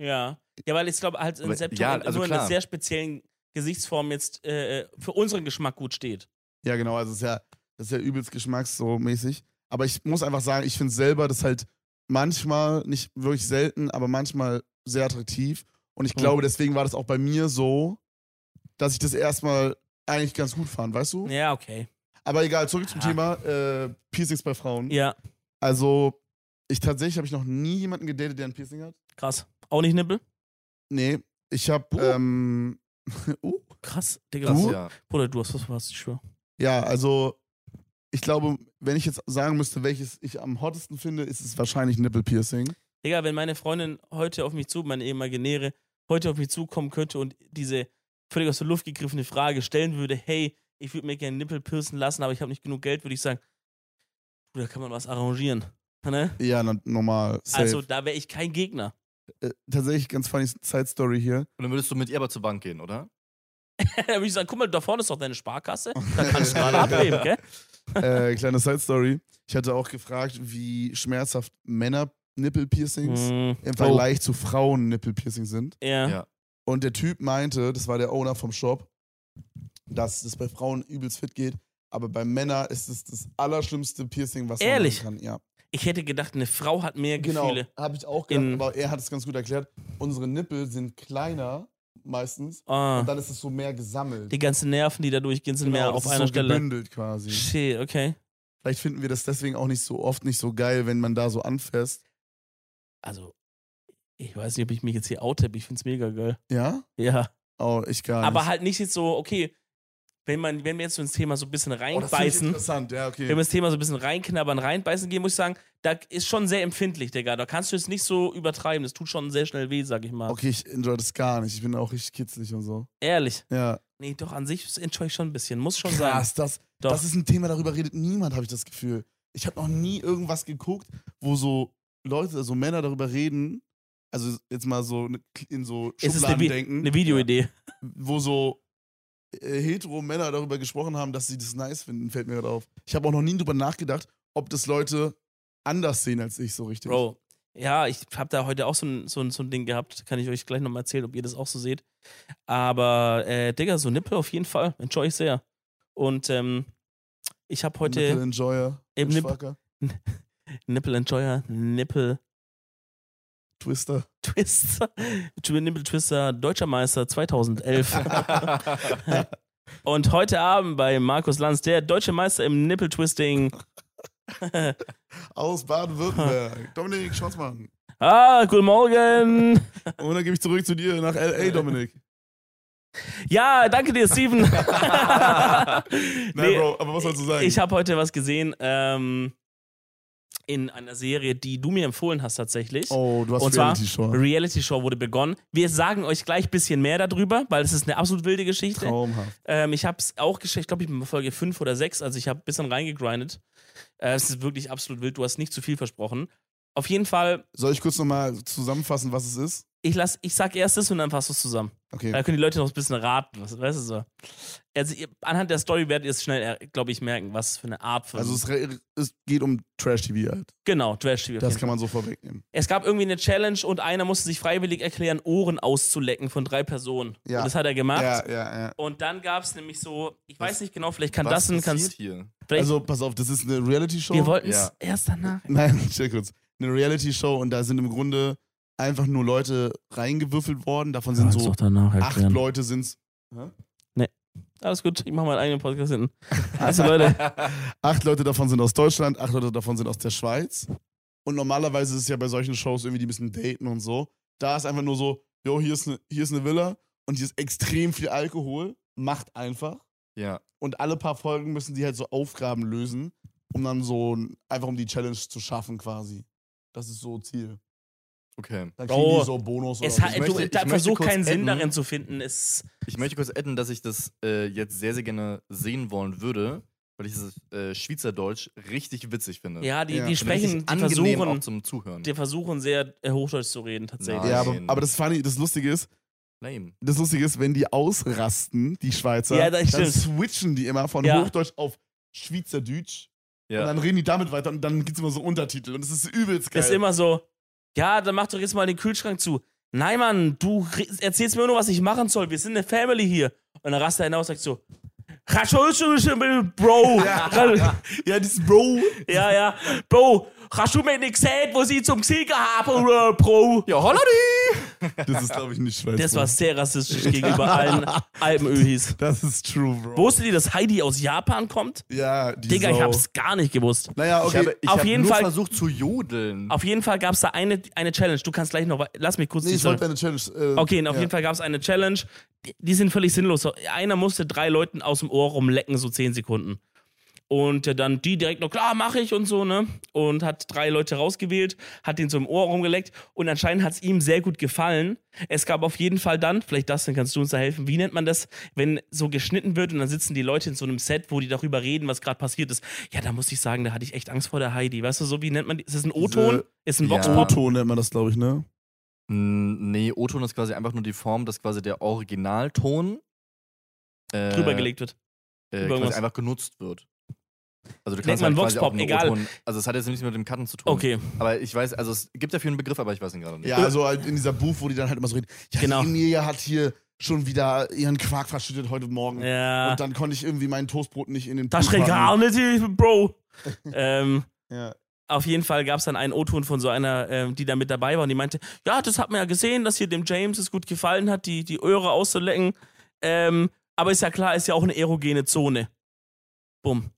B: Ja. Ja, weil ich glaube, halt ein
C: Aber-
B: Septum
C: ja,
B: in-
C: also
B: nur in einer
C: klar.
B: sehr speziellen Gesichtsform jetzt äh, äh, für unseren Geschmack gut steht.
A: Ja, genau, also es ist ja, das ist ja übelst geschmacks so mäßig. Aber ich muss einfach sagen, ich finde selber das halt manchmal, nicht wirklich selten, aber manchmal sehr attraktiv. Und ich
B: Mhm.
A: glaube, deswegen war das auch bei mir so, dass ich das erstmal eigentlich ganz gut fand, weißt du?
B: Ja, okay.
A: Aber egal, zurück zum
B: Ja.
A: Thema äh, Piercings bei Frauen.
B: Ja,
A: Also, ich tatsächlich habe ich noch nie jemanden gedatet, der ein Piercing hat.
B: krass. Auch nicht Nippel?
A: Nee, ich habe,
B: Uh.
A: ähm, uh,
B: Krass, Digga.
C: Das,
B: was-
C: ja.
B: Bruder, du hast was verpasst, ich schwör.
A: Ja, also ich glaube, wenn ich jetzt sagen müsste, welches ich am hottesten finde, ist es wahrscheinlich Nipple Piercing.
B: Digga, wenn meine Freundin heute auf mich zu, meine imaginäre, heute auf mich zukommen könnte und diese völlig aus der Luft gegriffene Frage stellen würde, hey, ich würde mir gerne Nippel piercen lassen, aber ich habe nicht genug Geld, würde ich sagen, Bruder, kann man was arrangieren. Ne?
A: Ja, na, normal. Safe.
B: Also da wäre ich kein Gegner.
A: äh, tatsächlich ganz funny Side Story hier.
C: Und dann würdest du mit ihr aber zur Bank gehen, oder?
B: da würde ich sagen, guck mal, da vorne ist doch deine Sparkasse, da kannst du gerade abheben, gell?
A: äh, kleine Side Story. Ich hatte auch gefragt, wie schmerzhaft Männer Nipple Piercings
B: Mm,
A: im Vergleich zu Frauen Nipple Piercings sind.
B: ja.
C: Ja.
A: Und der Typ meinte, das war der Owner vom Shop, dass das bei Frauen übelst fit geht, aber bei Männern ist es das allerschlimmste Piercing, was
B: Ehrlich?
A: man machen kann. Ja.
B: Ich hätte gedacht, eine Frau hat mehr
A: Genau,
B: Gefühle.
A: habe ich auch gedacht,
B: In-
A: aber er hat es ganz gut erklärt. Unsere Nippel sind kleiner meistens
B: Ah,
A: und dann ist es so mehr gesammelt.
B: die ganzen Nerven, die da durchgehen, sind
A: Genau,
B: mehr
A: das
B: auf
A: ist
B: einer
A: so
B: Stelle.
A: gebündelt quasi.
B: Shit, okay.
A: Vielleicht finden wir das deswegen auch nicht so oft nicht so geil, wenn man da so anfasst.
B: Also, ich weiß nicht, ob ich mich jetzt hier oute, aber ich find's mega geil.
A: Ja?
B: Ja.
A: Oh, ich gar nicht.
B: Aber halt nicht jetzt so, okay, wenn, man, wenn wir jetzt so ins Thema so ein bisschen
A: oh, das find ich
B: reinbeißen,
A: interessant, ja, okay.
B: wenn wir ins Thema so ein bisschen reinknabbern, reinbeißen gehen, muss ich sagen, da ist schon sehr empfindlich, Digga. Da kannst du es nicht so übertreiben. Das tut schon sehr schnell weh, sag ich mal.
A: Okay, ich enjoy das gar nicht. Ich bin auch richtig kitzlig und so.
B: Ehrlich.
A: Ja.
B: Nee, doch, an sich enjoy ich schon ein bisschen. Muss schon sein.
A: Krass, das,
B: Doch.
A: das ist ein Thema, darüber redet niemand, habe ich das Gefühl. Ich habe noch nie irgendwas geguckt, wo so Leute, also Männer darüber reden, also jetzt mal so ne- in so
B: Es ist
A: Schubladen
B: eine, Vi-
A: denken,
B: eine Videoidee.
A: wo so äh, hetero Männer darüber gesprochen haben, dass sie das nice finden, fällt mir gerade auf. Ich habe auch noch nie drüber nachgedacht, ob das Leute anders sehen als ich so richtig.
B: Bro. Ja, ich habe da heute auch so ein, so, ein, so ein Ding gehabt. Kann ich euch gleich nochmal erzählen, ob ihr das auch so seht. Aber, äh, Digga, so Nippel auf jeden Fall. Enjoy ich sehr. Und ähm, ich habe heute.
A: Nipple Enjoyer,
B: Eben Nipp-
A: Schwacker,
B: Nipple Enjoyer, Nipple
A: Twister.
B: Twister, Tw- Nipple Twister, Deutscher Meister 2011. Und heute Abend bei Markus Lanz, der Deutsche Meister im Nipple Twisting.
A: Aus Baden-Württemberg. Dominik Schwarzmann.
B: Ah, guten Morgen.
A: Und dann gebe ich zurück zu dir nach L.A., Dominik.
B: Ja, danke dir, Steven.
A: Nein,
B: Nee,
A: Bro, aber was sollst du sagen?
B: Ich habe heute was gesehen ähm, in einer Serie, die du mir empfohlen hast tatsächlich.
A: Oh, du hast
B: Und zwar-
A: Reality Show.
B: Reality Show wurde begonnen. Wir sagen euch gleich ein bisschen mehr darüber, weil es ist eine absolut wilde Geschichte.
A: Traumhaft.
B: Ähm, ich habe es auch geschafft, ich glaube, ich bin bei Folge 5 oder 6, also ich habe ein bisschen reingegrindet. Äh, es ist wirklich absolut wild, du hast nicht zu viel versprochen. Auf jeden Fall,
A: Soll ich kurz nochmal zusammenfassen, was es ist?
B: ich, lass, ich sag erstes und dann fasst du es zusammen.
A: Okay.
B: Da können die Leute noch ein bisschen raten, was, weißt du so. Also ihr, anhand der Story werdet ihr es schnell, glaube ich, merken, was für eine Art von.
A: Also es, re- es geht um Trash-TV halt.
B: genau, Trash-TV. auf
A: Das
B: jeden
A: kann man so vorwegnehmen.
B: Es gab irgendwie eine Challenge und einer musste sich freiwillig erklären, Ohren auszulecken von drei Personen.
A: Ja.
B: Und das hat er gemacht.
A: Ja, ja, ja.
B: Und dann gab es nämlich so, ich weiß nicht genau, vielleicht kann
C: Was
B: das ein,
C: passiert
B: kannst
C: hier?
B: vielleicht,
A: Also pass auf, das ist eine Reality-Show.
B: wir wollten es
C: Ja.
B: erst danach.
A: Nein, chill kurz. Eine Reality-Show und da sind im Grunde einfach nur Leute reingewürfelt worden. Davon sind so
B: danach
A: acht Leute sind's.
B: Alles gut, ich mache meinen eigenen Podcast hinten. Also Leute,
A: Acht Leute davon sind aus Deutschland, acht Leute davon sind aus der Schweiz. Und normalerweise ist es ja bei solchen Shows irgendwie, die müssen daten und so. Da ist einfach nur so, jo, hier ist eine, hier ist eine Villa und hier ist extrem viel Alkohol. Macht einfach.
C: Ja.
A: Und alle paar Folgen müssen die halt so Aufgaben lösen, um dann so ein- einfach um die Challenge zu schaffen quasi. Das ist so Ziel.
C: Okay.
A: Dann kriegen
B: Bro,
A: die so Bonus oder
B: es
A: so.
B: hat,
C: Ich möchte-
B: du, da
C: ich möchte
B: versuch
C: kurz
B: keinen Sinn
C: enden.
B: darin zu finden. Es,
C: Ich möchte kurz adden, dass ich das äh, jetzt sehr, sehr gerne sehen wollen würde, weil ich dieses äh, Schweizerdeutsch richtig witzig finde.
B: ja, die,
A: Ja.
B: die
A: Und
B: sprechen,
C: richtig
B: die
C: angenehm auch
B: versuchen,
C: zum Zuhören.
B: die versuchen sehr äh, Hochdeutsch zu reden, tatsächlich.
A: Ja,
C: Nein.
A: aber, aber das funny, das Lustige ist,
C: Lame.
A: das Lustige ist, wenn die ausrasten, die Schweizer,
B: Ja, das
A: dann
B: stimmt.
A: switchen die immer von
B: Ja.
A: Hochdeutsch auf Schweizerdeutsch. Und
C: Ja.
A: dann reden die damit weiter und dann gibt's immer so Untertitel und es ist übelst geil.
B: ist immer so, ja, dann mach doch jetzt mal den Kühlschrank zu. Nein, Mann, du re- erzählst mir nur, was ich machen soll. Wir sind eine Family hier. Und dann rast er hinaus und sagt so, "Raschulschulische Bro. Ja,
A: ja, das Bro.
B: ja, ja. Bro, hast du mir nicht gesehen, wo sie zum Ziel gehabt oder Bro?
C: Ja, holla
A: Das ist, glaube ich, nicht Schweizer.
B: Das war sehr rassistisch gegenüber allen Alpenöhis.
A: Das ist true, Bro.
B: Wusstet ihr, dass Heidi aus Japan kommt?
A: Ja, die
B: Digga,
A: Sau.
B: ich hab's gar nicht gewusst.
A: Naja,
C: Ich
A: okay.
C: habe, ich
B: Auf
C: habe
B: jeden
C: nur
B: Fall-
C: versucht zu jodeln.
B: Auf jeden Fall gab's da eine, eine Challenge. Du kannst gleich noch. wei- Lass mich kurz
A: nee,
B: die
A: ich
B: Story-
A: wollte deine Challenge. Äh,
B: Okay, und auf
A: ja.
B: jeden Fall gab es eine Challenge. Die, die sind völlig sinnlos. Einer musste drei Leuten aus dem Ohr rumlecken, so zehn Sekunden. Und äh, dann die direkt noch, klar, mache ich und so, ne? Und hat drei Leute rausgewählt, hat den so im Ohr rumgeleckt und anscheinend hat es ihm sehr gut gefallen. Es gab auf jeden Fall dann, vielleicht Dustin, kannst du uns da helfen, wie nennt man das, wenn so geschnitten wird und dann sitzen die Leute in so einem Set, wo die darüber reden, was gerade passiert ist. Ja, da muss ich sagen, da hatte ich echt Angst vor der Heidi. Weißt du, so wie nennt man, die? ist das ein O-Ton? Ist ein
C: Ja.
B: Voxpop?
A: O-Ton nennt man das, glaube ich, ne?
C: Mm, Nee, O-Ton ist quasi einfach nur die Form, dass quasi der Originalton äh,
B: Drüber gelegt wird.
C: äh,
B: über
C: quasi
B: irgendwas.
C: einfach genutzt wird. Also du
B: Nennt
C: kannst
B: man
C: halt quasi
B: Voxpop,
C: auch einen
B: egal.
C: O-Ton- Also es hat jetzt nichts mit dem Cutten zu tun.
B: Okay.
C: Aber ich weiß, also es gibt dafür einen Begriff, aber ich weiß ihn gerade nicht.
A: Ja, also halt in dieser Booth, wo die dann halt immer so reden. Ja,
B: Äh, Genau.
A: die Emilia hat hier schon wieder ihren Quark verschüttet heute Morgen.
B: Ja.
A: Und dann konnte ich irgendwie mein Toastbrot nicht in den
B: Das
A: Pool
B: schreckt
A: packen.
B: gar nicht, ich- Bro. ähm,
A: Ja.
B: auf jeden Fall gab es dann einen O-Ton von so einer, ähm, die da mit dabei war und die meinte, ja, das hat man ja gesehen, dass hier dem James es gut gefallen hat, die, die Öhre auszulecken. Ähm, aber ist ja klar, ist ja auch eine erogene Zone. Bumm.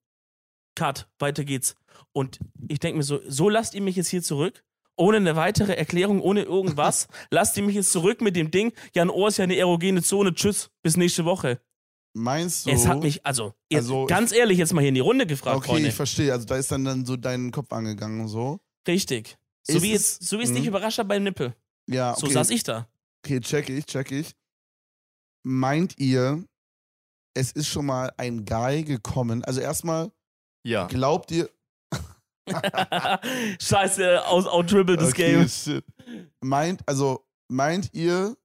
B: Cut, weiter geht's. Und ich denke mir so, so lasst ihr mich jetzt hier zurück, ohne eine weitere Erklärung, ohne irgendwas. lasst ihr mich jetzt zurück mit dem Ding, ja, ein Ohr ist ja eine erogene Zone, tschüss, bis nächste Woche.
A: Meinst du?
B: Es hat mich, also, jetzt,
A: Also,
B: ganz ehrlich, jetzt mal hier in die Runde gefragt,
A: Okay,
B: Freunde.
A: ich verstehe. Also da ist dann, dann so dein Kopf angegangen und so.
B: Richtig. So
A: Ist
B: wie,
A: es-
B: es, so wie es dich
A: Mhm.
B: überrascht hat beim Nippel.
A: Ja, okay.
B: So saß ich da.
A: Okay, check ich, check ich. Meint ihr, es ist schon mal ein Guy gekommen? Also erstmal,
C: Ja.
A: glaubt ihr...
B: Scheiße, aus outdribble das
A: Okay,
B: Game.
A: shit. Meint, also, meint ihr,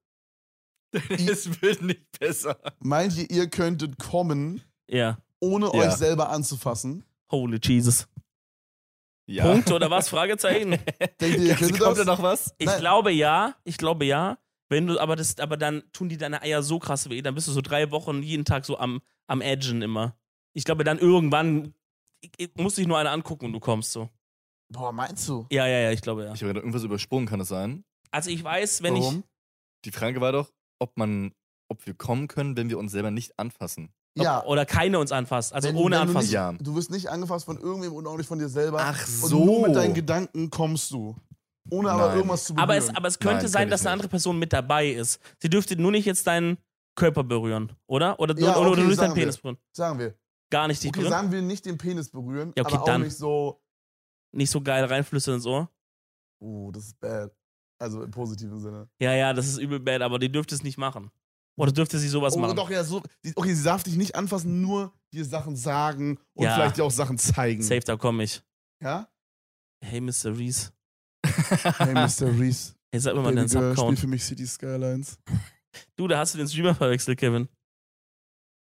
C: es wird nicht besser.
A: meint ihr, ihr könntet kommen,
B: Ja.
A: ohne
C: Ja.
A: euch selber anzufassen?
B: Holy Jesus.
C: Ja.
B: Punkt oder was? Fragezeichen.
A: Denkt ihr, ihr könntet
C: Kommt da
A: das?
C: noch was?
B: Ich
A: Nein.
B: glaube ja. Ich glaube ja. Wenn du, aber das, aber dann tun die deine Eier so krass weh, dann bist du so drei Wochen jeden Tag so am, am Edgen immer. Ich glaube, dann irgendwann ich, ich, muss dich nur einer angucken und du kommst so.
A: Boah, meinst du?
B: Ja, ja, ja, ich glaube ja.
C: Ich habe gerade irgendwas übersprungen, kann das sein?
B: Also ich weiß, wenn
A: Warum?
C: Die Frage war doch, ob man, ob wir kommen können, wenn wir uns selber nicht anfassen.
B: ich
A: Ja.
B: oder keine uns anfasst, also
A: Wenn-
B: ohne
A: wenn du
B: anfassen.
A: Nicht,
C: Ja.
A: Du wirst nicht angefasst von irgendwem und auch nicht von dir selber.
C: Ach
A: Und nur mit deinen Gedanken kommst du. Ohne aber
C: Nein.
A: irgendwas zu berühren.
B: Aber es, aber es könnte
C: Nein,
B: sein,
C: kann
B: dass
C: ich
B: eine
C: nicht.
B: andere Person mit dabei ist. Sie dürfte nur nicht jetzt deinen Körper berühren, oder? Oder,
A: Ja,
B: oder,
A: okay,
B: oder nur nicht deinen
A: sagen wir.
B: Penis berühren.
A: sagen wir.
B: Gar nicht dich
A: Okay,
B: berühren.
A: sagen wir nicht den Penis berühren,
B: Ja, okay,
A: aber auch
B: dann.
A: nicht so...
B: Nicht so geil reinflüstern ins Ohr.
A: Uh, das ist bad. Also im positiven Sinne.
B: Ja, ja, das ist übel bad, aber die dürfte es nicht machen. Oder dürfte sie sowas
A: oh,
B: machen?
A: doch, ja, so. die- Okay, sie darf dich nicht anfassen, nur dir Sachen sagen und
B: Ja.
A: vielleicht dir auch Sachen zeigen.
B: Safe, da komme ich.
A: Ja?
B: Hey, Mr. Reese.
A: Hey, Mr. Reese.
B: Hey, sag mir mal
A: Baby Girl,
B: deinen
A: spiel
B: Subcount.
A: für mich City Skylines.
B: Du, da hast du den Streamer verwechselt, Kevin.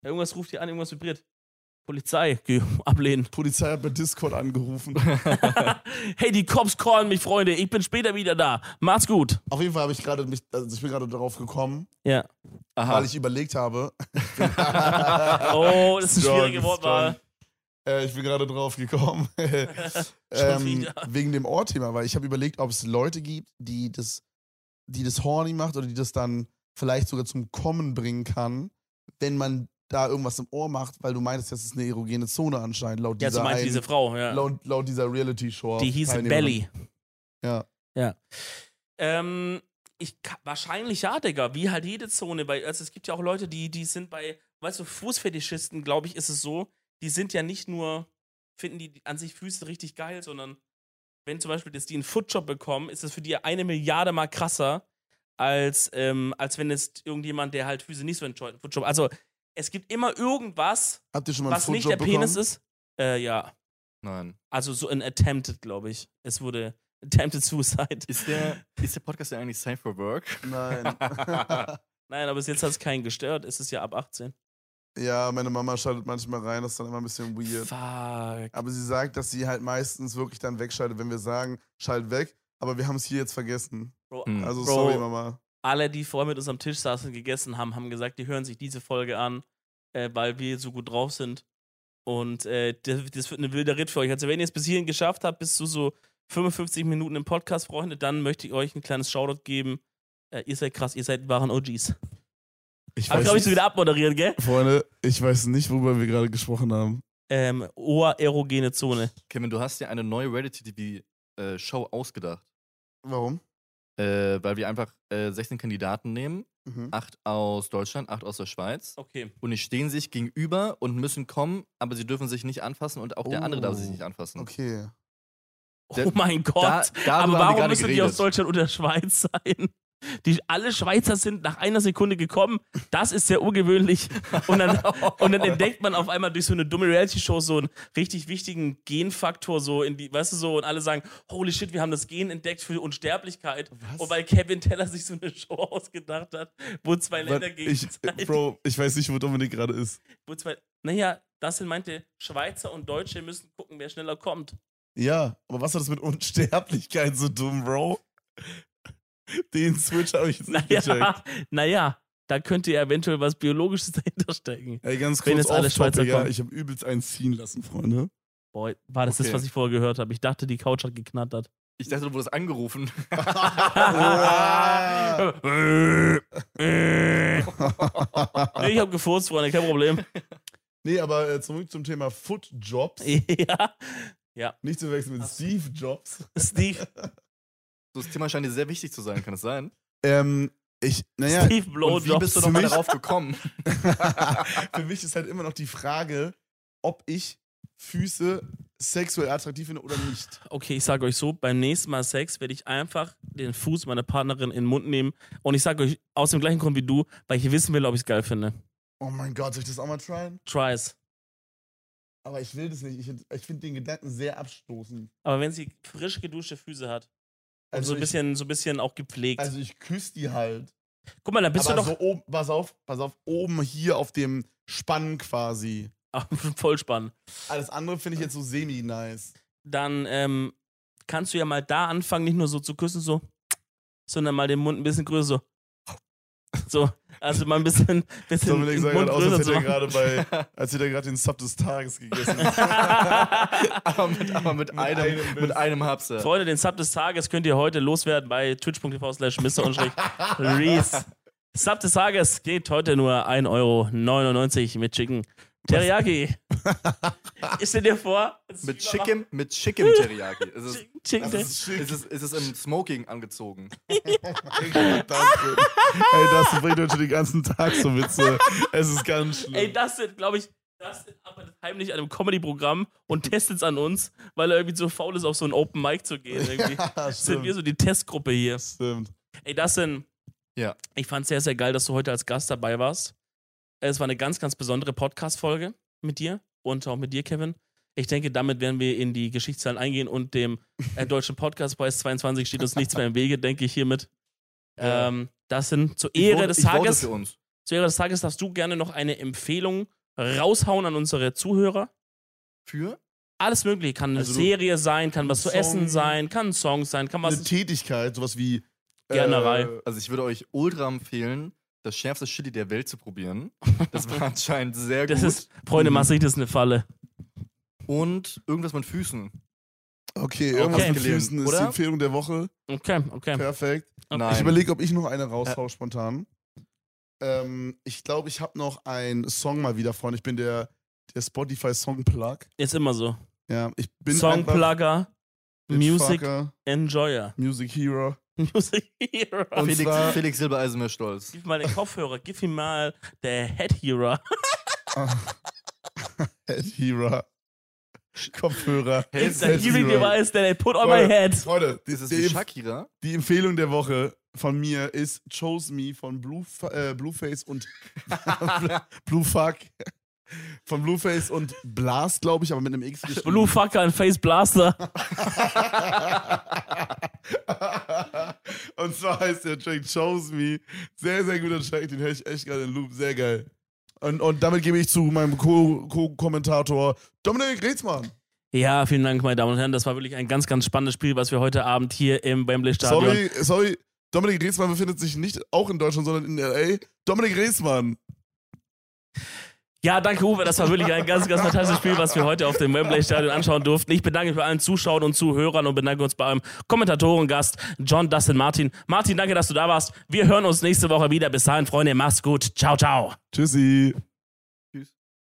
B: Ja, irgendwas ruft dir an, irgendwas vibriert. Polizei, geh, ablehnen.
A: Polizei hat bei Discord angerufen.
B: hey, die Cops callen mich, Freunde. Ich bin später wieder da. Macht's gut.
A: Auf jeden Fall habe ich gerade mich, also ich bin gerade darauf gekommen,
B: Ja.
A: weil ich überlegt habe. Ah,
B: Oh, das ist eine
A: Strong,
B: schwierige Wortwahl.
A: Äh, ich bin gerade drauf gekommen. ähm,
B: wieder.
A: wegen dem Ohrthema, weil ich habe überlegt, ob es Leute gibt, die das, die das horny macht oder die das dann vielleicht sogar zum Kommen bringen kann, wenn man da irgendwas im Ohr macht, weil du meintest, das ist eine erogene Zone anscheinend, laut
B: Ja,
A: dieser,
B: so meint
A: einen-
B: diese Frau, ja.
A: laut, laut dieser Reality-Show.
B: Die hieß
A: Teilnehmerin.
B: Belly.
A: Ja.
B: Ja. Ähm, ich, ka- wahrscheinlich ja, Digga, wie halt jede Zone. Weil, also es gibt ja auch Leute, die, die sind bei, weißt du, Fußfetischisten, glaube ich, ist es so, die sind ja nicht nur, finden die an sich Füße richtig geil, sondern wenn zum Beispiel jetzt die einen Footjob bekommen, ist das für die ja eine Milliarde mal krasser, als, ähm, als wenn jetzt irgendjemand, der halt Füße nicht so enjoyt, einen Footjob. Also es gibt immer irgendwas,
A: Habt ihr schon mal
B: was
A: einen
B: nicht der
A: Footjob bekommen?
B: Penis ist. Äh, ja.
C: Nein.
B: Also so ein Attempted, glaube ich. Es wurde Attempted Suicide.
C: Ist der, ist der Podcast denn eigentlich Safe for Work?
A: Nein.
B: Nein, aber bis jetzt hat es keinen gestört. Es ist ja ab 18.
A: ja, meine Mama schaltet manchmal rein, das ist dann immer ein bisschen weird.
B: Fuck.
A: Aber sie sagt, dass sie halt meistens wirklich dann wegschaltet, wenn wir sagen, schalt weg. Aber wir haben es hier jetzt vergessen.
B: Bro,
C: Hm.
A: Also
B: Bro.
A: sorry, Mama.
B: alle, die vorher mit uns am Tisch saßen und gegessen haben, haben gesagt, die hören sich diese Folge an, äh, weil wir so gut drauf sind. Und äh, das, das wird eine wilde Ritt für euch. Also, wenn ihr es bis hierhin geschafft habt, bis zu so 55 Minuten im Podcast, Freunde, dann möchte ich euch ein kleines Shoutout geben. Äh, ihr seid krass, ihr seid wahren OGs.
A: Ich
B: Hab ich, glaube ich, so wieder abmoderiert, gell?
A: Freunde, ich weiß nicht, worüber wir gerade gesprochen haben.
B: Ähm, Ohr-erogene Zone.
C: Kevin, du hast dir eine neue Reality-TV-Show ausgedacht.
A: Warum?
C: Äh, weil wir einfach äh, 16 Kandidaten nehmen,
B: Ah.
A: Mhm.
C: acht aus Deutschland, acht aus der Schweiz.
B: Okay.
C: Und die stehen sich gegenüber und müssen kommen, aber sie dürfen sich nicht anfassen und auch der andere darf sich
A: Oh,
C: nicht anfassen.
A: Okay.
B: Oh mein Gott.
C: Da, darüber haben
B: Aber
C: wir
B: warum
C: gerade
B: müssen die
C: geredet.
B: aus Deutschland oder Schweiz sein? Die, alle Schweizer sind nach einer Sekunde gekommen. Das ist sehr ungewöhnlich. Und dann, und dann entdeckt man auf einmal durch so eine dumme Reality-Show so einen richtig wichtigen Genfaktor, so in die, weißt du, so, und alle sagen: Holy shit, wir haben das Gen entdeckt für Unsterblichkeit.
A: Was?
B: Und Oh, weil Kevin Teller sich so eine Show ausgedacht hat, wo zwei Länder gegen
A: ich, äh, Bro, ich weiß nicht, wo Dominik gerade ist.
B: wo zwei, naja, das meinte, Schweizer und Deutsche müssen gucken, wer schneller kommt.
A: Ja, aber was hat das mit Unsterblichkeit zu tun, Bro? Den Switch habe ich jetzt nicht gecheckt.
B: Naja, naja, da könnte ja eventuell was Biologisches dahinter stecken.
A: Ey, ganz
B: Wenn
A: kurz
B: jetzt alle
A: off-topic,
B: Schweizer
A: ja,
B: kommen.
A: ich habe übelst eins ziehen lassen, Freunde.
B: Boah, war das das,
C: Okay.
B: was ich vorher gehört habe? Ich dachte, die Couch hat geknattert.
C: Ich dachte, du wurdest angerufen.
A: Uah.
B: nee, ich habe gefurzt, Freunde, kein Problem.
A: nee, aber äh, zurück zum Thema Foot Jobs.
B: ja,
A: Nicht zu wechseln mit
B: Ach so.
A: Steve Jobs.
B: Steve,
C: So, das Thema scheint dir sehr wichtig zu sein, kann es sein?
A: Ähm, ich, naja,
B: Steve
C: Und wie
B: Blowjobs.
C: bist du
A: für
C: nochmal
A: mich-
C: darauf gekommen?
A: für mich ist halt immer noch die Frage, ob ich Füße sexuell attraktiv finde oder nicht.
B: Okay, ich sage euch so, beim nächsten Mal Sex werde ich einfach den Fuß meiner Partnerin in den Mund nehmen und ich sage euch aus dem gleichen Grund wie du, weil ich wissen will, ob ich es geil finde.
A: Oh mein Gott, soll ich das auch mal tryen?
B: Tries.
A: Aber ich will das nicht. Ich, ich finde den Gedanken sehr abstoßend.
B: Aber wenn sie frisch geduschte Füße hat und
A: Also
B: so ein
A: ich,
B: bisschen, so ein bisschen auch gepflegt.
A: also ich küsse die halt.
B: Guck mal, dann bist
A: aber
B: du doch
A: so oben, pass auf, pass auf, oben hier auf dem Spann quasi.
B: Ah, voll spannend.
A: Alles andere finde ich jetzt so semi-nice.
B: Dann ähm, kannst du ja mal da anfangen, nicht nur so zu küssen, so, sondern mal den Mund ein bisschen größer. So, so also mal ein bisschen, bisschen
A: Dominik
B: den
A: sah
B: Mund
A: gerade aus, als
B: größer zu
A: hätte er
B: machen.
A: gerade bei, als hätte er gerade den Sub des Tages gegessen.
C: aber mit, aber mit,
A: Mit
C: einem,
A: einem Biss.
C: mit einem Hapse.
B: Freunde, den Sub des Tages könnt ihr heute loswerden bei twitch.tv slash mr-reese. Sub des Tages geht heute nur 1,99 Euro mit Chicken Teriyaki. Ist dir dir vor?
C: Mit Chicken, mit Chicken Teriyaki. Es ist,
B: Chicken, Chicken,
A: Das ist schick.
C: es ist, es ist im Smoking angezogen.
A: Ey, Dustin. Ey, das bringt heute den ganzen Tag so Witze. Es ist ganz schlimm.
C: Hm.
B: Ey, das sind, glaube ich, das sind arbeitet heimlich an einem Comedy-Programm und testet es an uns, weil er irgendwie so faul ist, auf so ein Open Mic zu gehen. Irgendwie.
A: ja,
B: sind wir
A: stimmt.
B: so die Testgruppe hier.
A: stimmt.
B: Ey, das sind.
C: Ja.
B: Ich fand es sehr, sehr geil, dass du heute als Gast dabei warst. Äh, Es war eine ganz, ganz besondere Podcast-Folge mit dir und auch mit dir, Kevin. Ich denke, damit werden wir in die Geschichtszahlen eingehen und dem äh, Deutschen Podcastpreis 22 steht uns nichts mehr im Wege, denke ich hiermit.
C: Ja.
B: Ähm, das sind zur Ehre
C: vote-
B: des
C: ich vote
B: Tages.
C: für uns.
B: Zur Ehre des Tages darfst du gerne noch eine Empfehlung raushauen an unsere Zuhörer.
C: Für?
B: Alles Mögliche. Kann eine
A: Also du-
B: Serie sein, kann was zu
A: Song.
B: essen sein, kann ein Song sein, kann
A: Eine
B: was.
A: Tätigkeit, sowas wie.
B: Gernerei.
A: Äh,
C: Also ich würde euch ultra empfehlen, das schärfste Chili der Welt zu probieren. Das war anscheinend sehr gut.
B: Das ist, Freunde, Maastricht ist eine Falle.
C: Und irgendwas mit Füßen.
A: okay, irgendwas
B: Okay.
A: mit Füßen ist
C: Oder?
A: die Empfehlung der Woche.
B: Okay, okay.
A: Perfekt.
B: Okay.
A: Ich
C: Nein.
A: überlege, ob ich noch eine raushaue
B: Äh.
A: spontan. Ähm, ich glaube, ich habe noch einen Song mal wieder, Freunde. Ich bin der, der Spotify Song Plug.
B: Ist immer so.
A: Ja, ich bin einfach
B: Songplugger, Music
A: Bitchfucker,
B: Enjoyer.
A: Music Hero.
B: Music Hero.
A: Und
C: Felix,
A: zwar-
C: Felix Silbereisen wäre stolz.
B: Gib mal den Kopfhörer, gib ihm mal der Head Hero.
A: Head Hero. Kopfhörer.
B: It's a
A: Head
B: hearing
A: Hero.
B: device that I put on my
A: Oder-
B: head.
A: Freunde, die,
C: Ist es wie
A: die,
C: Shakira?
A: die Empfehlung der Woche von mir ist Chose Me von Blue, äh, Blueface und Blue Fuck. Von Blueface und Blast, glaube ich, aber mit einem X geschrieben.
B: Blue Fucker und Face Blaster.
A: und zwar heißt der Track Chose Me. Sehr, sehr guter Track, den höre ich echt gerade in Loop. Sehr geil. Und, und damit gebe ich zu meinem Co- Co-Kommentator Dominik Reetzmann.
B: Ja, vielen Dank, meine Damen und Herren. Das war wirklich ein ganz, ganz spannendes Spiel, was wir heute Abend hier im Wembley Stadion.
A: Sorry, sorry. Dominik Reetzmann befindet sich nicht auch in Deutschland, sondern in L.A. Dominik Reetzmann.
B: Ja, danke, Uwe. Das war wirklich ein ganz, ganz fantastisches Spiel, was wir heute auf dem Wembley Stadion anschauen durften. Ich bedanke mich bei allen Zuschauern und Zuhörern und bedanke uns bei eurem Kommentatorengast John Dustin Martin. Martin, danke, dass du da warst. Wir hören uns nächste Woche wieder. Bis dahin, Freunde, macht's gut. Ciao, ciao.
A: Tschüssi.